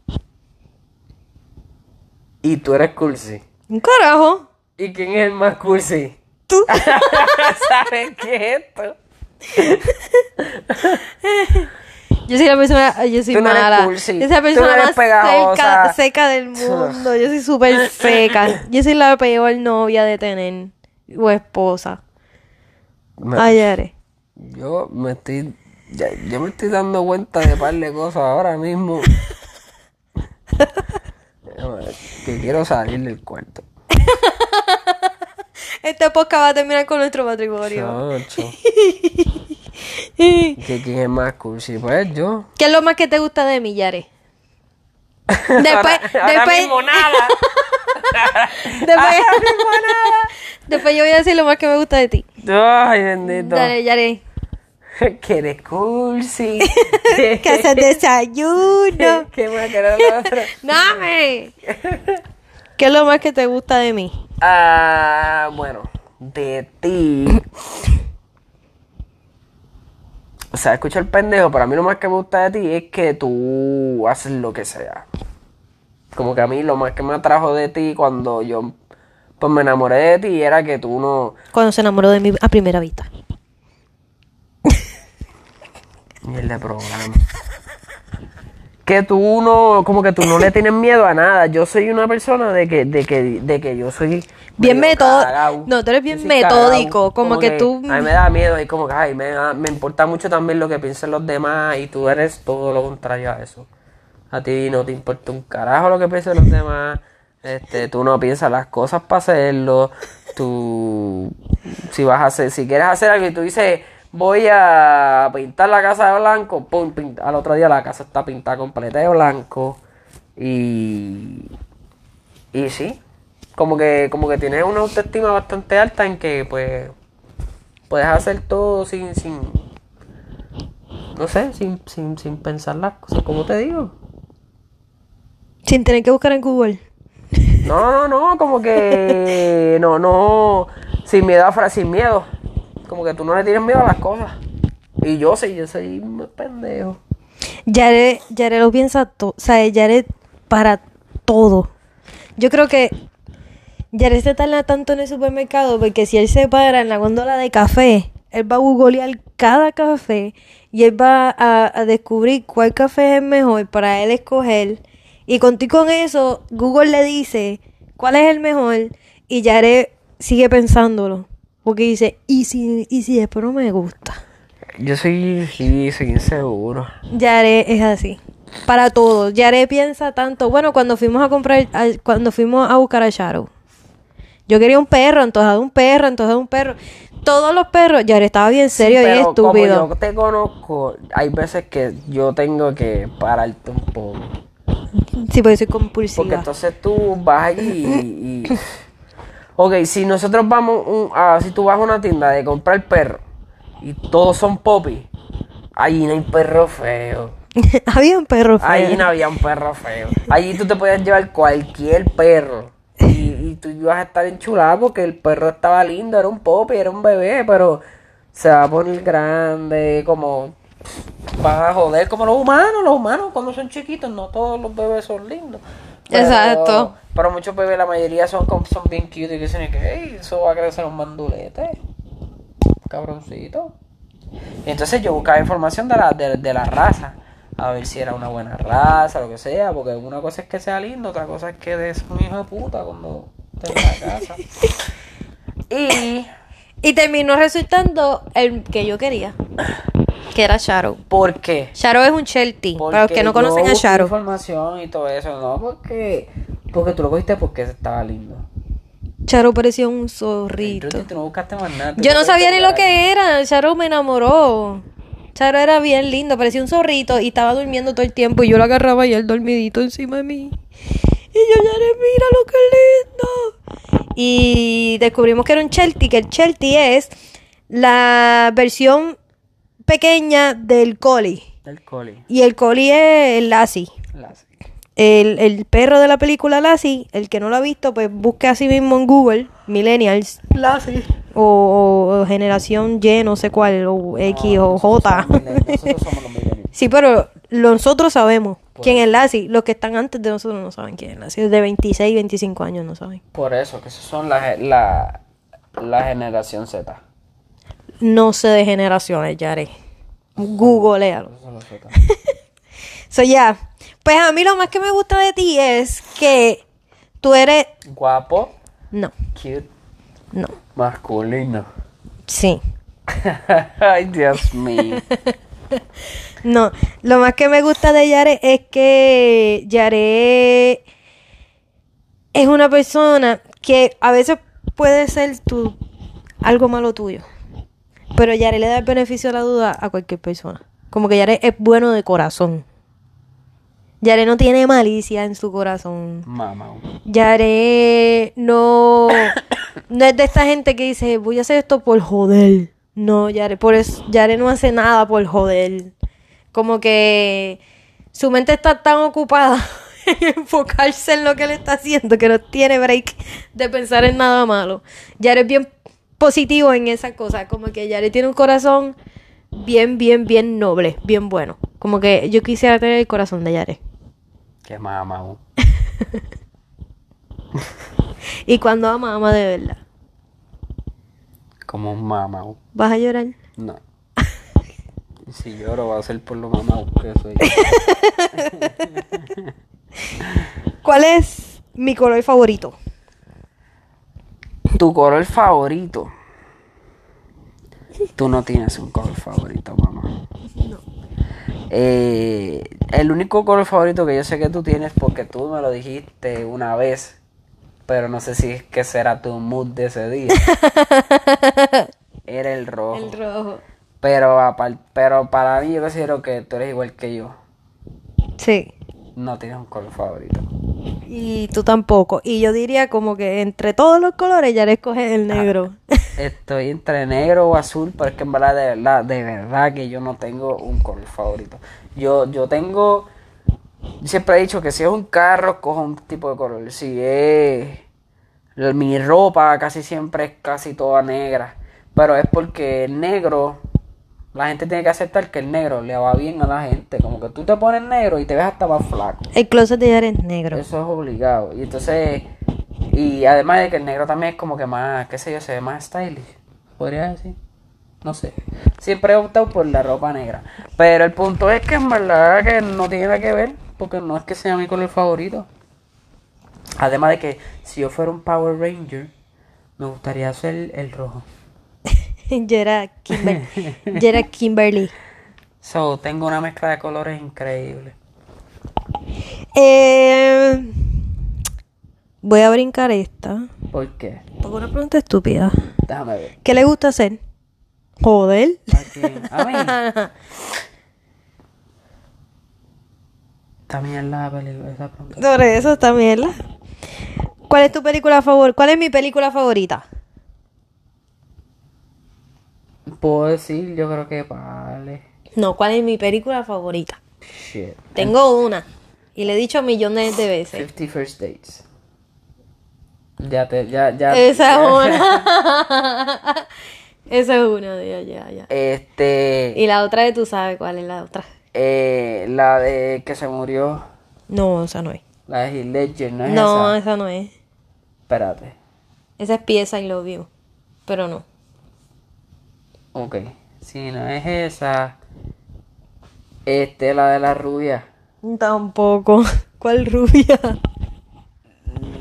Y tú eres cursi.
Un carajo.
¿Y quién es el más cursi?
Tú.
¿Sabes qué es esto?
Yo soy la persona, yo soy
Tú no eres
mala.
cursi.
Yo soy la
Tú no
persona
eres
más
pegajosa.
seca, seca del mundo. Yo soy súper seca. Yo soy la peor novia de tener. O esposa.
Me-
Ay, ya eres.
Yo me estoy. ya- yo me estoy dando cuenta de par de cosas ahora mismo. que quiero salir del cuarto.
Esta Este podcast va a terminar con nuestro matrimonio.
Chocho.
¿Qué
¿Que ¿Quién es más cursi? Pues yo.
es lo más que te gusta de Millares? Después,
ahora, ahora
después,
mismo nada.
después, después yo voy a decir lo más que me gusta de ti.
Ay, bendito.
Dale, Yare.
Que eres cursi.
Que haces desayuno.
¿Qué más que la otra?
¡Dame! ¿Qué es lo más que te gusta de mí?
Ah, bueno, de ti. O sea, escucha el pendejo, pero a mí lo más que me gusta de ti es que tú haces lo que sea. Como que a mí lo más que me atrajo de ti cuando yo pues me enamoré de ti era que tú no...
Cuando se enamoró de mí a primera vista.
Mierda de programa. Que tú no, como que tú no le tienes miedo a nada. Yo soy una persona de que, de que, de que yo soy
Bien
medio
meto-
cagao.
no, tú eres bien
Yo soy cagao.
metódico, como que tú-
A mí me da miedo y como que, ay, me, da- me importa mucho también lo que piensen los demás y tú eres todo lo contrario a eso. A ti no te importa un carajo lo que piensen los demás. Este, tú no piensas las cosas para hacerlo. Tú, si vas a hacer, si quieres hacer algo y tú dices, voy a pintar la casa de blanco, pum, pin- al otro día la casa está pintada completa de blanco. Y, y sí, como que, como que tienes una autoestima bastante alta en que, pues, puedes hacer todo sin, sin, no sé, sin, sin, sin pensar las cosas, como te digo.
Sin tener que buscar en Google.
No, no, no, como que no, no, sin miedo a fra- sin miedo. Como que tú no le tienes miedo a las cosas. Y yo sí, yo soy un pendejo.
Yare, Yare lo piensa todo. O sea, Yare para todo. Yo creo que Yare se tarda tanto en el supermercado porque si él se para en la góndola de café, él va a googlear cada café y él va a, a descubrir cuál café es el mejor para él escoger. Y contigo con eso, Google le dice cuál es el mejor y Yare sigue pensándolo. Porque dice, ¿y si, y si después no me gusta?
Yo soy, sí, soy inseguro.
Yare es así. Para todo. Yare piensa tanto. Bueno, cuando fuimos a comprar, a- cuando fuimos a buscar a Shadow. Yo quería un perro, entonces un perro, entonces un perro. Todos los perros. Yare estaba bien serio y
Pero como
estúpido.
yo te conozco, hay veces que yo tengo que pararte un poco.
Sí, porque
Porque
soy compulsiva.
entonces tú vas allí y... y- Ok, si nosotros vamos un- a... Si tú vas a una tienda de comprar perro y todos son popis, Allí no hay perro feo.
Había un perro feo.
Allí no había un perro feo. Allí tú te podías llevar cualquier perro. Y, y tú ibas a estar enchulado porque el perro estaba lindo, era un popi, era un bebé, pero se va a poner grande, como. Vas a joder, como los humanos. Los humanos cuando son chiquitos, no todos los bebés son lindos.
Exacto.
Pero muchos bebés, la mayoría son, como- son bien cute y dicen que "Ey, eso va a crecer un mandulete. Cabroncito. Y entonces yo buscaba información de la, de, de la raza. A ver si era una buena raza, lo que sea. Porque una cosa es que sea lindo, otra cosa es que des un hijo de puta cuando esté en la casa. Y
Y terminó resultando el que yo quería, que era Shadow.
¿por qué?
Shadow es un Sheltie, para los
Porque
que no conocen
yo
a
busqué
Shadow.
información y todo eso, no porque porque tú lo cogiste porque estaba lindo.
Shadow parecía un
Tú,
zorrito.
tú no buscaste más nada. tú
Yo no
cogiste
sabía ni lo
para-
que era, Shadow me enamoró. Shadow era bien lindo, parecía un zorrito y estaba durmiendo todo el tiempo y yo lo agarraba y él dormidito encima de mí. Y yo ya le mira lo que lindo. Y descubrimos que era un Sheltie, que el Sheltie es la versión pequeña del Collie.
El coli.
Y el collie es el Lassie.
Lassie.
El, el perro de la película Lassie, el que no lo ha visto, pues busque así mismo en Google, Millennials, o, o Generación Y, no sé cuál, o X, o J.
Nosotros somos los millennials.
sí, pero nosotros sabemos quién es Lassie. Los que están antes de nosotros no saben quién es Lassie. De 26, 25 años no saben.
Por eso, que esos son la, ge- la, la generación Z.
No sé de generaciones, Yare. Googlealo.
Esos son los Z.
So, ya. Pues a mí lo más que me gusta de ti es que tú eres.
Guapo,
No,
cute,
no.
masculino.
Sí.
Ay, Dios mío.
No, lo más que me gusta de Yare es que Yare es una persona que a veces puede ser tu, algo malo tuyo, pero Yare le da el beneficio de la duda a cualquier persona. Como que Yare es bueno de corazón. Yare no tiene malicia en su corazón.
Mamá.
Yare no, no es de esta gente que dice voy a hacer esto por joder. No, Yare, por eso Yare no hace nada por joder. Como que su mente está tan ocupada en enfocarse en lo que él está haciendo que no tiene break de pensar en nada malo. Yare es bien positivo en esas cosas, como que Yare tiene un corazón bien, bien, bien noble, bien bueno. Como que yo quisiera tener el corazón de Yare.
Qué mamá.
Y cuando ama, ama de verdad.
Como un mamá.
¿Vas a llorar?
No. Si lloro va a ser por lo mamá que soy.
¿Cuál es mi color favorito?
Tu color favorito. Tú no tienes un color favorito, mamá. Eh, el único color favorito que yo sé que tú tienes, porque tú me lo dijiste una vez, pero no sé si es que será tu mood de ese día, era el rojo.
El rojo.
Pero, apar- pero para mí yo considero que tú eres igual que yo.
Sí.
No tienes un color favorito.
Y tú tampoco. Y yo diría como que entre todos los colores ya le escoges el negro.
Estoy entre negro o azul, pero es que en verdad, de verdad, de verdad que yo no tengo un color favorito. Yo, yo tengo, yo siempre he dicho que si es un carro, cojo un tipo de color. Si es la- mi ropa, casi siempre es casi toda negra. Pero es porque el negro, la gente tiene que aceptar que el negro le va bien a la gente. Como que tú te pones negro y te ves hasta más flaco.
El closet de Yara es negro.
Eso es obligado. Y entonces, y además de que el negro también es como que más, qué sé yo, se ve más stylish. Podría decir. No sé. Siempre he optado por la ropa negra. Pero el punto es que en verdad que no tiene nada que ver, porque no es que sea mi color favorito. Además de que si yo fuera un Power Ranger, me gustaría ser el rojo.
Yara Kimber- Yara Kimberly.
So, tengo una mezcla de colores increíble.
Eh, voy a brincar esta.
¿Por qué?
Porque una pregunta estúpida.
Déjame ver.
¿Qué le gusta hacer? Joder.
¿A quién?
Ah,
A mí. También la película, esa pregunta.
Sobre eso está mierda. ¿Cuál es tu película favorita? ¿Cuál es mi película favorita?
Puedo decir, yo creo que vale.
No, ¿cuál es mi película favorita?
Shit.
Tengo
Eh.
una. Y le he dicho millones de veces.
50 First Dates. Ya te, ya, ya.
Esa es una. Esa es una de ya, ya.
Este,
Y la otra de tú sabes cuál es la otra.
eh, la de que se murió,
No, esa no es.
la de Heath Ledger, ¿no es
No,
esa?
esa no es.
Espérate,
Esa es pieza y lo vio. Pero no.
ok, si no es esa, este, la de la rubia,
Tampoco. ¿Cuál rubia?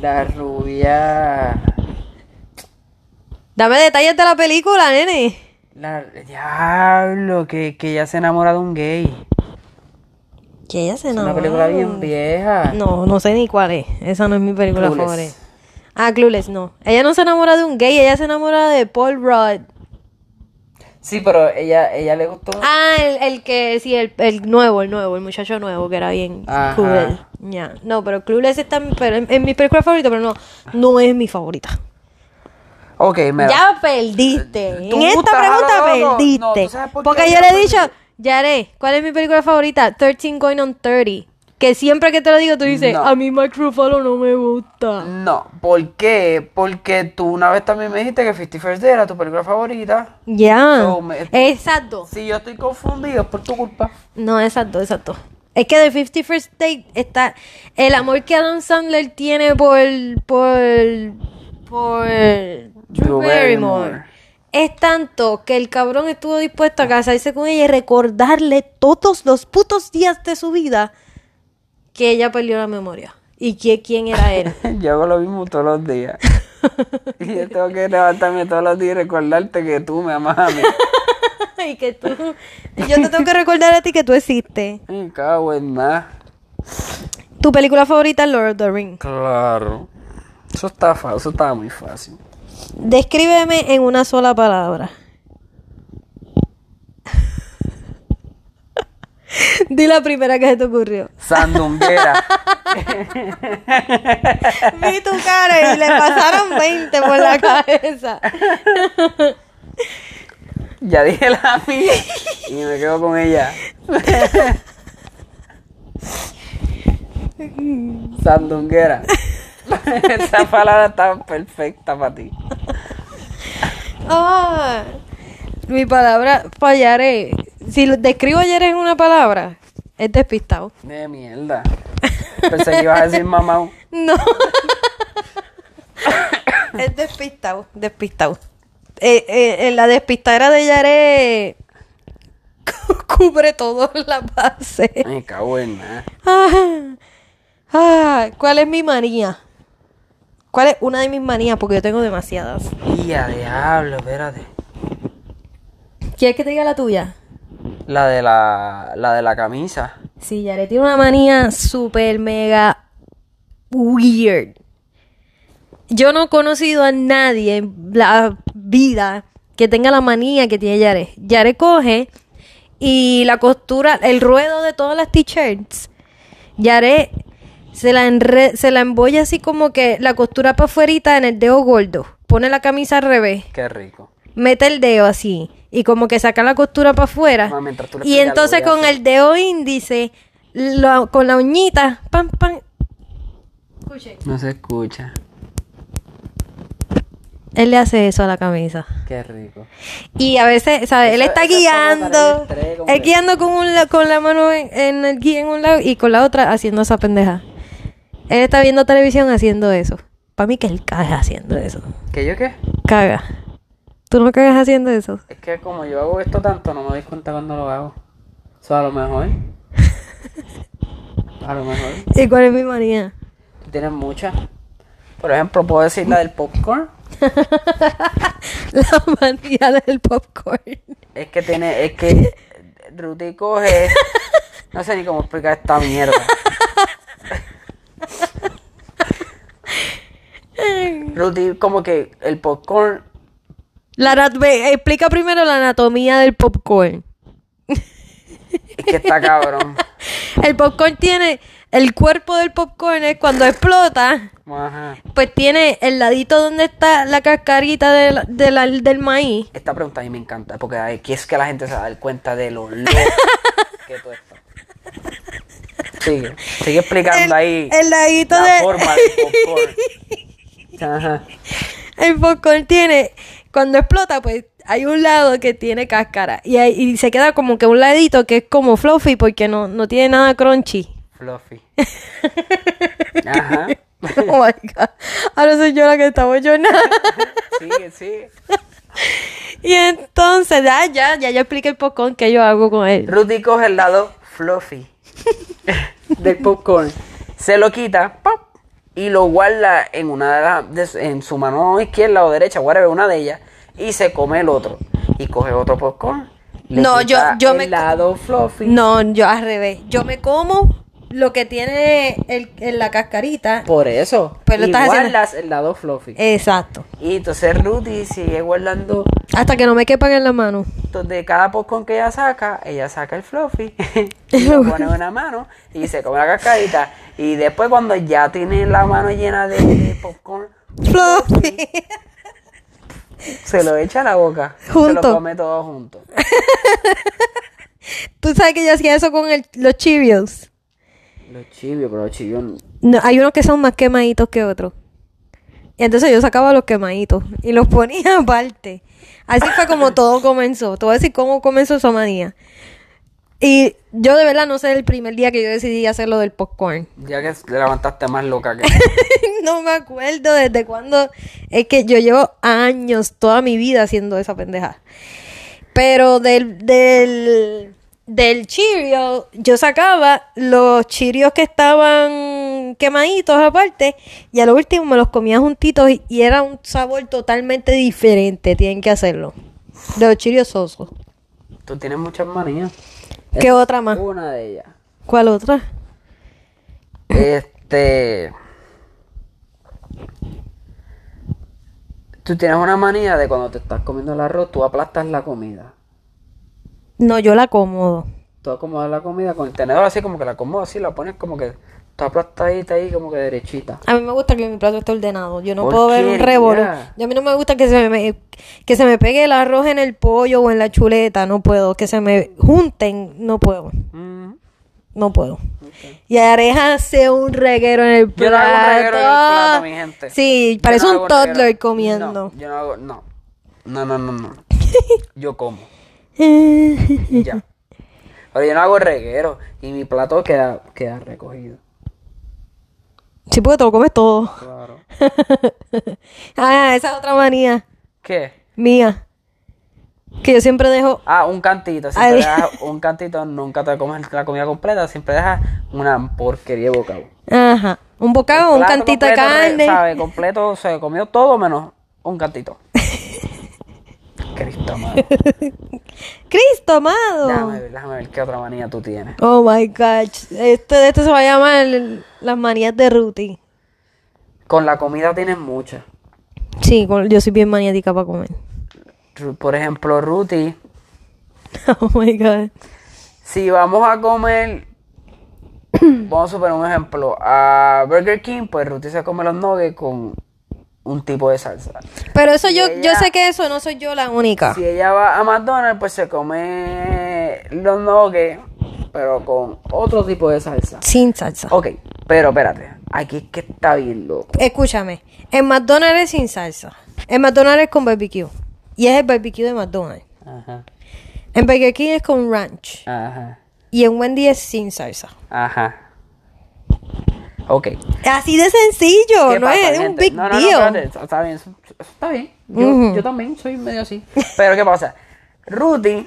la rubia,
Dame detalles de la película, nene.
la, diablo, que, que ya se enamora de un gay,
Que ella se
es una
enamora.
película bien vieja,
No, no sé ni cuál es. Esa no es mi película
Ah. Clueless.
favorita. Ah, Clueless, no. Ella no se enamora de un gay, ella se enamora de Paul Rudd.
sí, pero ella, ella le gustó,
Ah, el, el que, sí, el, el nuevo, el nuevo, el muchacho nuevo, que era bien
Ajá.
cool. Ya. No, pero Clueless está en- pero en, en mi película favorita, pero no, no es mi favorita.
ok, mira,
Ya perdiste. En
Tú
esta
estás
pregunta
a lo loco.
perdiste.
Eh, No, ¿tú sabes por qué
Porque yo
yo
le he
perdí?
dicho, Yare, ¿cuál es mi película favorita? 13 Going on 30. Que siempre que te lo digo, tú dices,
No.
a mí Mike Ruffalo no me gusta.
No, ¿por qué? Porque tú una vez también me dijiste que Fifty First Day era tu película favorita.
Ya.
No, me-
Exacto.
Si yo estoy confundido, es por tu culpa.
No, exacto, exacto. Es que The 51 First Date está. El amor que Adam Sandler tiene por. por. por. Drew
Drew
Barrymore.
Barrymore.
Es tanto que el cabrón estuvo dispuesto a casarse con ella y recordarle todos los putos días de su vida que ella perdió la memoria. Y que, quién era él.
Yo hago lo mismo todos los días. y yo tengo que levantarme todos los días y recordarte que tú me amas a mí.
y que tú. Yo te tengo que recordar a ti que tú existes.
Me cago en nada.
Tu película favorita es Lord of the Rings.
Claro. Eso está fácil, eso estaba muy fácil.
Descríbeme en una sola palabra. Di la primera que se te ocurrió.
Sandunguera.
Vi tu cara y le pasaron 20 por la cabeza.
ya dije la mía. Y me quedo con ella. Sandunguera. Esa palabra está perfecta para ti.
Ah, mi palabra fallaré. Si lo describo ayer en una palabra, es despistado.
De mierda. Pensé que ibas a decir mamá.
No. es despistado, despistado. Eh, eh, eh, la despistadera de Yare cu- cubre todo la base.
Me cago en nada.
Ah, ah, ¿Cuál es mi manía? ¿Cuál es una de mis manías? Porque yo tengo demasiadas.
Tía, diablo, espérate.
¿Quieres que te diga la tuya?
La de la, la de la camisa.
Sí, Yare tiene una manía super mega weird. Yo no he conocido a nadie en la vida que tenga la manía que tiene Yare. Yare coge y la costura, el ruedo de todas las t-shirts, Yare se la, enre- se la embolla así como que la costura para afuera en el dedo gordo. Pone la camisa al revés
Qué rico.
mete el dedo así y como que saca la costura para afuera.
Ah, mientras tú le
Y
explicas, lo voy
entonces
a
con
hacer.
el dedo índice, lo- con la uñita, pam, pam. Escuchen.
No se escucha.
Él le hace eso a la camisa.
Qué rico.
Y a veces, ¿sabes? Él
Eso-
está
eso es como para
guiando.
distraer, como
Él
que-
guiando con, un la- con la mano en, en el guía en un lado y con la otra haciendo esa pendeja. Él está viendo televisión haciendo eso. Para mí que él caga haciendo eso.
¿Qué yo qué?
Caga. ¿Tú no cagas haciendo eso?
Es que como yo hago esto tanto, no me doy cuenta cuando lo hago. O sea, a lo mejor. A lo mejor.
¿Y cuál es mi manía?
Tú tienes muchas. Por ejemplo, puedo decir la del popcorn.
La manía del popcorn.
Es que tiene, es que Ruti coge. No sé ni cómo explicar esta mierda. Ruti, como que el popcorn.
La anat- ve, explica primero la anatomía del popcorn.
Es que está cabrón.
El popcorn tiene el cuerpo del popcorn es cuando explota,
Ajá.
pues tiene el ladito donde está la cascarita de la- de la- del maíz.
Esta pregunta a mí me encanta porque aquí es que la gente se va a dar cuenta de lo loco que tú estás. Sigue, sigue explicando ahí
El ladito
la
de...
forma del popcorn. Ajá.
El popcorn tiene, cuando explota, pues hay un lado que tiene cáscara y, hay- y se queda como que un ladito que es como fluffy porque no, no tiene nada crunchy.
Fluffy. Ajá.
Oh my god. Ahora soy yo la que está bollona.
Sigue, sigue.
Y entonces, ah, ya, ya yo expliqué el popcorn que yo hago con él.
Rudy coge el lado fluffy del popcorn, se lo quita ¡pop! y lo guarda en una de las de su- en su mano izquierda o derecha, whatever, una de ellas, y se come el otro y coge otro popcorn. le
No, yo-
quita
yo
el
me-
lado fluffy.
No, yo al revés. Yo me como lo que tiene el- en la cascarita.
Por eso.
Pues lo
y
estás haciendo-
guardas el lado fluffy.
Exacto.
Y entonces Rudy sigue guardando
Hasta que no me quepan en la mano.
Entonces, de cada popcorn que ella saca, ella saca el fluffy y lo pone en una mano y se come la cascadita. Y después, cuando ya tiene la mano llena de, de popcorn,
Fluffy.
se lo echa a la boca. Se
Junto.
lo come todo junto.
Tú sabes que yo hacía eso con el- los chivios.
Los chivios, pero los chivios.
No, hay unos que son más quemaditos que otros. Y entonces yo sacaba los quemaditos y los ponía aparte. Así fue como todo comenzó. Te voy a decir cómo comenzó esa manía. Y yo de verdad no sé el primer día que yo decidí hacer lo del popcorn.
Ya que te levantaste más loca que.
no me acuerdo desde cuándo. Es que yo llevo años, toda mi vida haciendo esa pendeja. Pero del, del, del Cheerio, yo sacaba los chirios que estaban quemaditos aparte y a lo último me los comía juntitos y, y era un sabor totalmente diferente. Tienen que hacerlo. De los chirios sosos.
Tú tienes muchas manías.
¿Qué otra más?
Una de ellas.
¿Cuál otra?
Este. Tú tienes una manía de cuando te estás comiendo el arroz, tú aplastas la comida.
No, yo la acomodo.
Tú acomodas la comida con el tenedor así como que la acomodas así, la pones como que está aplastadita ahí como que derechita.
A mí me gusta que mi plato esté ordenado. Yo no
¿Por
puedo ver
qué?
un revolú.
Ya.
Y A mí no me gusta que se me, que se me pegue el arroz en el pollo o en la chuleta. No puedo. Que se me junten. No puedo. Mm. No puedo. Y Areja hace un reguero en el plato.
Yo no hago un reguero en el plato, mi gente.
Sí,
Yo
parece
no hago
un
un reguero.
toddler comiendo.
No, yo no hago, no. No, no, no, no. Yo como. y ya. Pero yo no hago reguero y mi plato queda, queda recogido.
Sí, porque te lo comes todo.
Claro.
ah, esa es otra manía
¿Qué?
mía. Que yo siempre dejo
Ah, un cantito. Siempre
Ay.
dejas un cantito, nunca te comes la comida completa, siempre dejas una porquería de bocado.
ajá, un bocado, un
Plato
cantito de
completo, re-
carne.
sabe, completo, se comió todo menos un cantito. Cristo, madre.
Cristo amado.
Déjame ver, déjame ver qué otra manía tú tienes.
Oh my gosh. Este, este se va a llamar el- las manías de Ruti.
Con la comida tienes muchas.
Sí, con- yo soy bien maniática para comer.
Ru- Por ejemplo, Ruti,
Oh my god.
si vamos a comer, vamos a poner un ejemplo, a Burger King, pues Ruti se come los nuggets con un tipo de salsa.
Pero eso yo, yo
Ella-
sé que eso no soy yo la única.
Si ella va a McDonald's, pues se come los nuggets, pero con otro tipo de salsa.
Sin salsa.
Ok, pero espérate, aquí es que está bien loco.
Escúchame. En McDonald's es sin salsa. En McDonald's es con barbecue. Y es el barbecue de McDonald's.
Ajá,
En Burger King es con ranch.
ajá,
Y en Wendy es sin salsa.
ajá. Ok.
Así de sencillo.
¿Qué
No
pasa,
es un
gente?
big
no, no, no,
deal.
espérate, está- está bien, eso- eso está bien. Yo, yo también soy medio así. Pero ¿qué pasa? Ruti,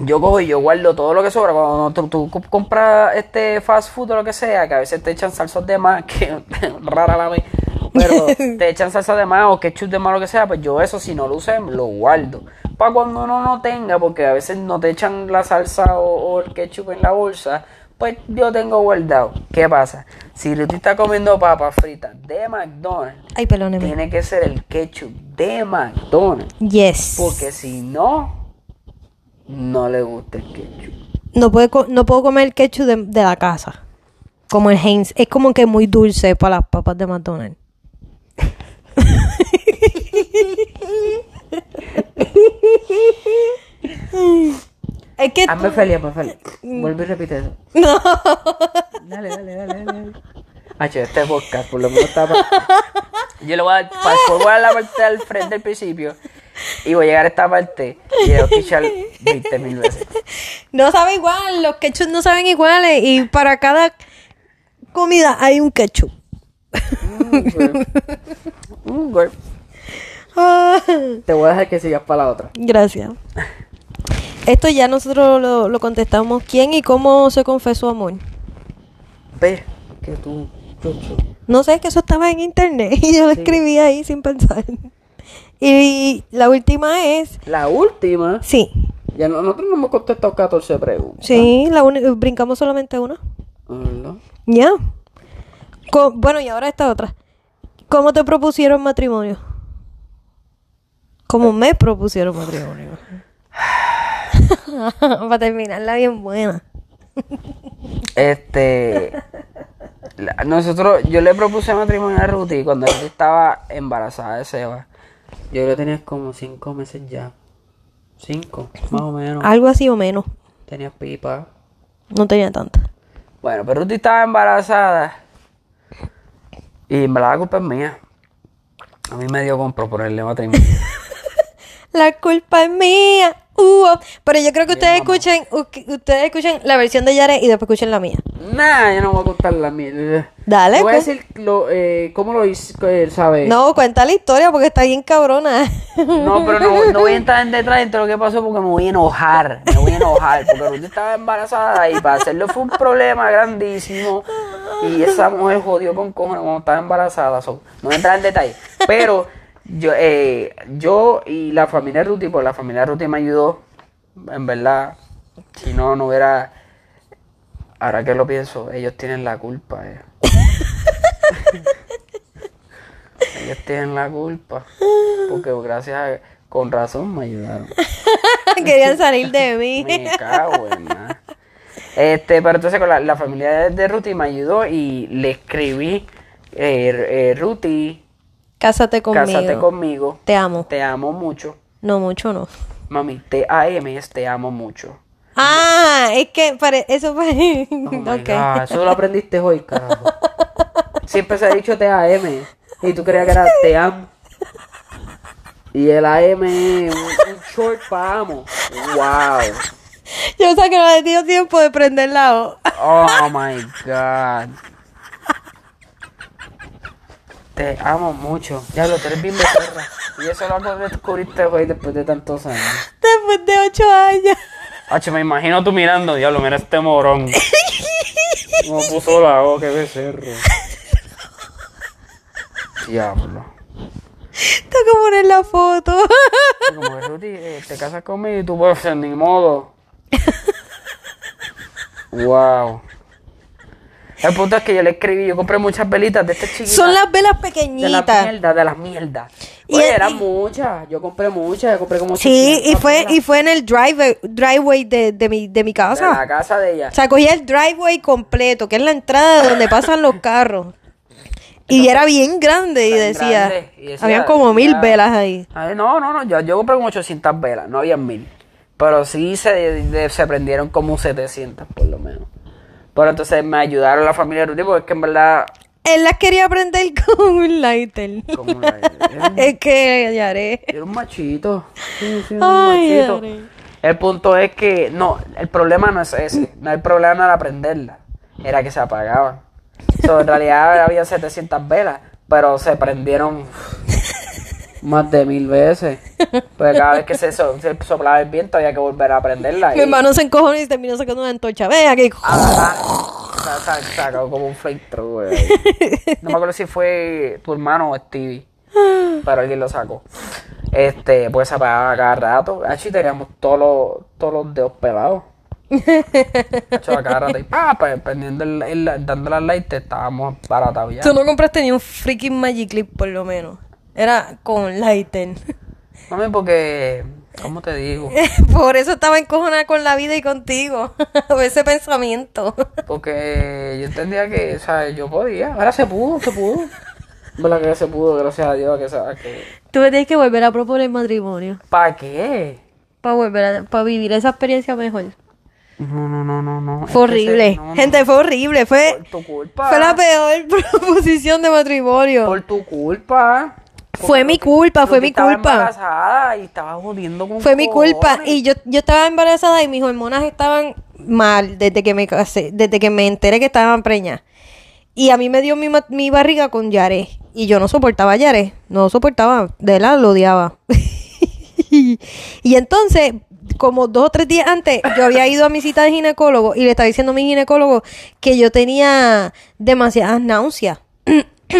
yo cojo y yo guardo todo lo que sobra. Cuando tú, tú co- compras este fast food o lo que sea, que a veces te echan salsas de más, que rara la vez. Pero te echan salsa de más o ketchup de más, lo que sea, pues yo eso si no lo usé, lo guardo. Para cuando uno no tenga, porque a veces no te echan la salsa o, o el ketchup en la bolsa, pues yo tengo guardado. ¿Qué pasa? Si Ruti está comiendo papas fritas de McDonald's,
Ay, perdóneme.
tiene que ser el ketchup de McDonald's.
Yes.
Porque si no, no le gusta el ketchup.
No, puede co- no puedo comer el ketchup de, de la casa. Como el Heinz. Es como que muy dulce para las papas de McDonald's. es que...
Hazme feliz, hazme feliz. Vuelve y repite eso.
No.
Dale, dale, dale, dale. Hacho, este podcast por lo menos está pa- Yo le voy a dar pa- voy a dar la parte al frente del principio y voy a llegar a esta parte y le voy a escuchar 20 mil veces.
No sabe igual. Los ketchup no saben iguales. Y para cada comida hay un ketchup.
Mm, güey.
Ah.
Te voy a dejar que sigas para la otra.
Gracias. Esto ya nosotros lo, lo contestamos. ¿Quién y cómo se confesó amor?
Ve que tú, chocho.
No sé, que eso estaba en internet y yo lo escribí ahí sin pensar. Y la última es...
La última,
Sí,
ya no- nosotros no hemos contestado 14 preguntas. Ah,
sí, la uni- brincamos solamente una.
¿verdad?
Ya. Co- Bueno, y ahora esta otra. ¿Cómo te propusieron matrimonio? ¿Cómo me propusieron matrimonio? Para terminarla bien buena.
Este. la- Nosotros, yo le propuse matrimonio a Ruti cuando ella estaba embarazada de Seba. Yo lo tenía como cinco meses ya. Cinco, más o menos.
Algo así o menos.
Tenía pipa.
No tenía tanta.
Bueno, pero Ruti estaba embarazada. Y en verdad la culpa es mía. A mí me dio con proponerle matrimonio.
La culpa es mía. Uh, oh. pero yo creo que ustedes escuchen, u- que ustedes escuchen la versión de Yare y después escuchen la mía.
nah, yo no voy a contar la mía.
Dale,
Yo Voy a
pues.
decir lo, eh, cómo lo hice, eh, ¿sabes?
No, cuenta la historia porque está bien cabrona.
No, pero no, no voy a entrar en detalle de todo lo que pasó porque me voy a enojar. Me voy a enojar porque Ruth estaba embarazada y para hacerlo fue un problema grandísimo. Y esa mujer jodió con cojones cuando estaba embarazada. so, no voy a entrar en detalle. Pero yo, eh, yo y la familia Ruti, pues la familia Ruti me ayudó. En verdad, si no, no hubiera. Ahora que lo pienso, ellos tienen la culpa. eh. Ellos tienen la culpa. Porque gracias a- Con razón me ayudaron.
Querían salir de mí.
Me cago en nada. Este, pero entonces con la, la familia de, de Ruti me ayudó y le escribí, eh, eh, Ruti,
Cásate conmigo.
cásate conmigo.
Te amo.
Te amo mucho.
No mucho, no.
Mami, T-A-M es te amo mucho.
Ah, es que pare- eso fue.
Oh my
ok.
God, eso lo aprendiste hoy, carajo. Siempre se ha dicho T-A-M y tú creías que era te amo. Y el AM es un, un short para amo. Wow.
Yo sé que no le dio tiempo de prender la O.
Oh my god. Te amo mucho. Ya lo eres bien becerra. Y eso lo hago descubriste hoy después de tantos años.
Después de ocho años.
H, me imagino tú mirando, diablo, mira este morón. Como puso la O, qué becerro. Diablo.
Tengo que poner la foto.
Y Como que Ruti, eh, te casas conmigo y tú pues ni modo. wow. El punto es que yo le escribí, yo compré muchas velitas de este chiquito.
Son las
De las
velas pequeñitas.
mierdas, de las mierdas.
Y
Oye,
el-
eran muchas. Yo compré muchas, yo compré como
Sí,
600
y fue,
velas
y fue en el driveway, driveway de, de mi, de mi
de la
casa.
casa de ella.
O sea, cogí el driveway completo, que es la entrada donde pasan los carros. Y era bien grande y
Tan
decía,
grande, y decía,
habían como mil
ya.
velas ahí.
Ay, no, no, no, yo, yo compré como 800 velas, no había mil. Pero sí se, de- se prendieron como 700 por lo menos. Pero entonces me ayudaron la familia Ruti porque es que en verdad...
Él las quería prender con un lighter.
Como la-
es que ya haré.
Yo era un machito. Sí, sí, era
Ay,
un
Ari.
machito. El punto es que, no, el problema no es ese. No, el problema era aprenderla. Era que se apagaban. So, en realidad había 700 velas, pero se prendieron más de mil veces. Porque cada vez que se, so- se soplaba el viento había que volver a prenderla.
Mi
y-
hermano se encojó y terminó sacando una antorcha. Ve aquí.
Ajá. Sa- sa- Sacó como un flame through, güey. No me acuerdo si fue tu hermano o Stevie. Pero alguien lo sacó. Este, pues se apagaba cada rato. Así teníamos todos los, todos los dedos pelados. Hacho, a cada rato. Y pa, pa, prendiendo el, el- dando las lights, estábamos baratados ya.
Tú no compraste ni un freaking Magic Clip, por lo menos. Era con lighter.
Mami, porque ¿Cómo te digo?
Por eso estaba encojonada con la vida y contigo. Por ese pensamiento.
Porque yo entendía que, o sea, yo podía. Ahora se pudo, se pudo. ¿Verdad que se pudo? Gracias a Dios que, sa- que...
Tú me tienes que volver a proponer matrimonio.
¿Para qué?
Para volver a para vivir esa experiencia mejor.
No, no, no, no, no.
Fue horrible. Gente, fue horrible. Fue,
Por tu culpa.
fue la peor proposición de matrimonio.
Por tu culpa.
Fue mi culpa, fue
Porque
mi
estaba
culpa.
embarazada y estaba jodiendo con
Fue mi culpa.
cojones.
Y yo, yo estaba embarazada y mis hormonas estaban mal desde que me casé, desde que me enteré que estaban preñas. Y a mí me dio mi, ma- mi barriga con Yare. Y yo no soportaba Yare. No soportaba. De la lo odiaba. y entonces, como dos o tres días antes, yo había ido a mi cita de ginecólogo y le estaba diciendo a mi ginecólogo que yo tenía demasiadas náuseas.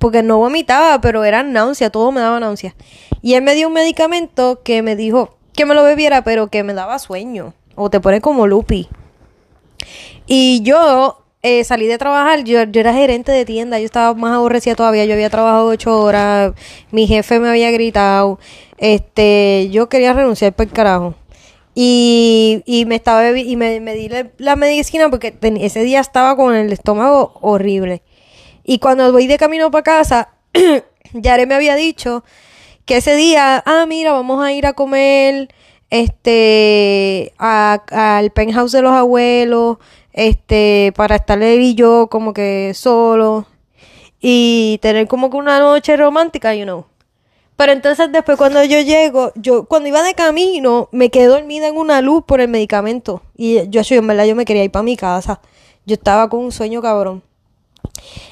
Porque no vomitaba, pero eran náuseas, todo me daba náuseas. Y él me dio un medicamento que me dijo que me lo bebiera, pero que me daba sueño. O te pone como lupi. Y yo eh, salí de trabajar, yo, yo era gerente de tienda, yo estaba más aborrecida todavía, yo había trabajado ocho horas, mi jefe me había gritado, este, yo quería renunciar para el carajo. Y, y me estaba bebi- y me, me di la- la medicina porque ten- ese día estaba con el estómago horrible. Y cuando voy de camino para casa, Yare me había dicho que ese día, ah, mira, vamos a ir a comer este a- al penthouse de los abuelos, este, para estar él y yo como que solo y tener como que una noche romántica, you know. Pero entonces después cuando yo llego, yo cuando iba de camino me quedé dormida en una luz por el medicamento y yo, yo en verdad yo me quería ir para mi casa. Yo estaba con un sueño cabrón.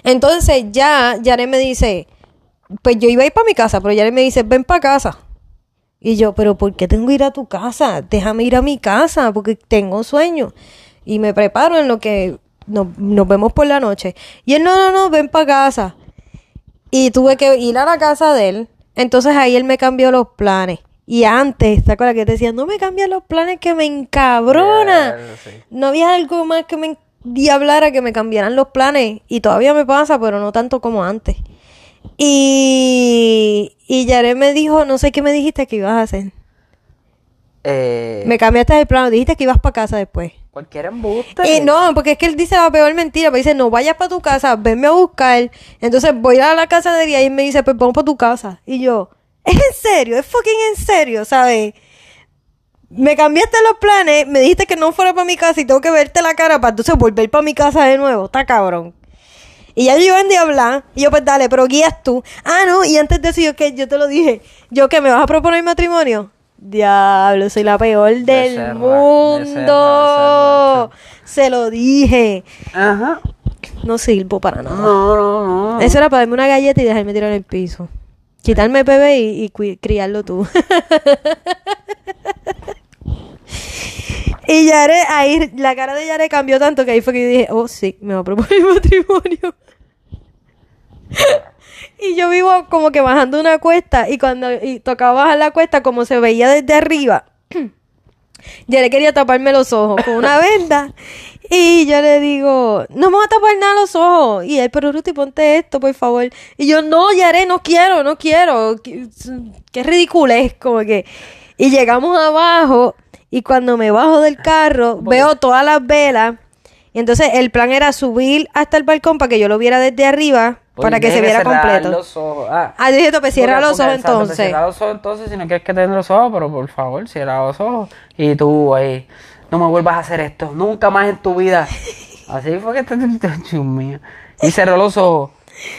Entonces ya Yare me dice, pues yo iba a ir para mi casa, pero Yare me dice, ven para casa. Y yo, pero ¿por qué tengo que ir a tu casa? Déjame ir a mi casa porque tengo sueño. Y me preparo en lo que no- nos vemos por la noche. Y él, no, no, no, ven para casa. Y tuve que ir a la casa de él. Entonces ahí él me cambió los planes. Y antes, ¿te acuerdas que yo te decía? No me cambias los planes que me encabrona.
Ya, sí.
No había algo más que me diablara que me cambiaran los planes. Y todavía me pasa, pero no tanto como antes. Y, y Yare me dijo, no sé qué me dijiste que ibas a hacer.
Eh,
Me cambiaste el plano, dijiste que ibas para casa después.
Cualquier embuste.
Y Eh, no, porque es que él dice la peor mentira, me dice, no vayas para tu casa, venme a buscar. Entonces voy a la casa de día y él me dice, pues vamos para tu casa. Y yo, es en serio, es fucking en serio, ¿sabes? Me cambiaste los planes, me dijiste que no fuera para mi casa y tengo que verte la cara para entonces volver para mi casa de nuevo. Está cabrón. Y ya yo iba a hablar. Y yo, pues dale, pero guías tú. Ah, no, y antes de eso, yo que yo te lo dije. Yo que me vas a proponer matrimonio. Diablo, soy la peor del
Becerra,
mundo.
becerra, becerra.
Se lo dije.
Ajá.
No sirvo para nada.
No, no, no.
Eso era para darme una galleta y dejarme tirar en el piso. Quitarme el bebé y, y cui- criarlo tú. y Yare, ahí, la cara de Yare cambió tanto que ahí fue que yo dije, oh sí, me va a proponer matrimonio. y yo vivo como que bajando una cuesta y cuando y tocaba bajar la cuesta, como se veía desde arriba, yo le quería taparme los ojos con una venda. Y yo le digo, no me voy a tapar nada los ojos. Y él, pero Ruti, ponte esto, por favor. Y yo, no, Yaré, no quiero, no quiero. Qué, qué ridiculez, como que. Y llegamos abajo, y cuando me bajo del carro, veo todas las velas. Y entonces el plan era subir hasta el balcón para que yo lo viera desde arriba,
Pues
para que
tiene
se viera
cerrar
completo.
Los ojos. Ah.
Ah, yo dije, tope, cierra
Porque-
los
porque,
ojos
exacto, pues,
entonces.
Cierra los ojos entonces si no quieres que te den los ojos, pero por favor, cierra los ojos. Y tú ahí, no me vuelvas a hacer esto, nunca más en tu vida. Así fue que te, te- te- Dios mío. Y cerró los ojos.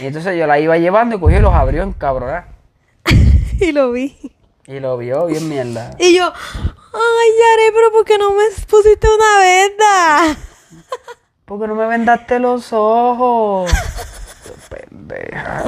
Y entonces yo la iba llevando y cogió y los abrió en cabrona.
Y lo vi.
Y lo vio bien mierda.
Y yo, ay, Yare, pero ¿por qué no me pusiste una venda?
¿Por qué no me vendaste los ojos? Pendeja.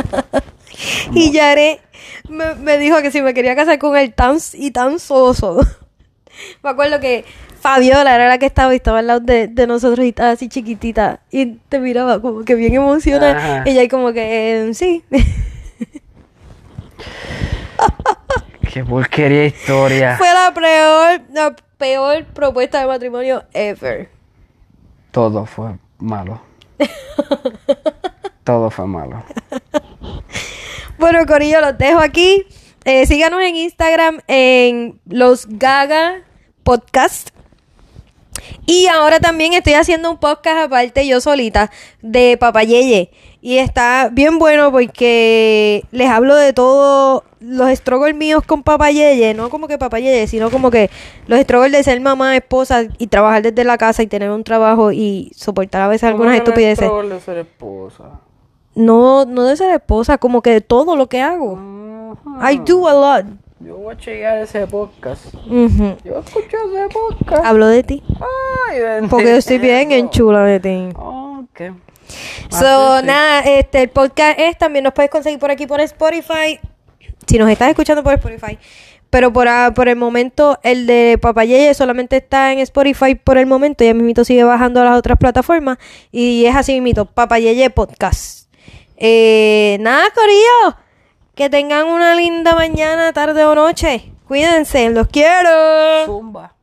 Y Yare me, me dijo que si me quería casar con él tan y tan soso. Me acuerdo que Fabiola era la que estaba y estaba al lado de, de nosotros y estaba así chiquitita. Y te miraba como que bien emocionada.
Ajá.
Ella y como que, "Eh, sí.
Qué porquería de historia.
Fue la peor, la peor propuesta de matrimonio ever.
Todo fue malo. Todo fue malo.
Bueno, Corillo, los dejo aquí. Eh, síganos en Instagram en Los Gaga Podcast. Y ahora también estoy haciendo un podcast aparte yo solita de Papayeye. Y está bien bueno porque les hablo de todos los struggles míos con Papayeye. No como que Papayeye, sino como que los struggles de ser mamá, esposa y trabajar desde la casa y tener un trabajo y soportar a veces algunas estupideces.
de ser esposa.
No, no de ser esposa, como que de todo lo que hago. I do a lot.
Yo voy a chequear ese podcast.
Ujú.
Yo escucho ese podcast.
Hablo de ti.
Ay, bendito.
Porque yo estoy bien en chula de ti.
Ok.
So, nada, este, el podcast es también nos puedes conseguir por aquí por Spotify. Si nos estás escuchando por Spotify. Pero por, a- por el momento, el de Papayeye solamente está en Spotify por el momento. Ya mismito sigue bajando a las otras plataformas. Y es así mismito, Papayeye Podcast. Eh, nada, Corillo. Que tengan una linda mañana, tarde o noche. Cuídense, los quiero.
Zumba.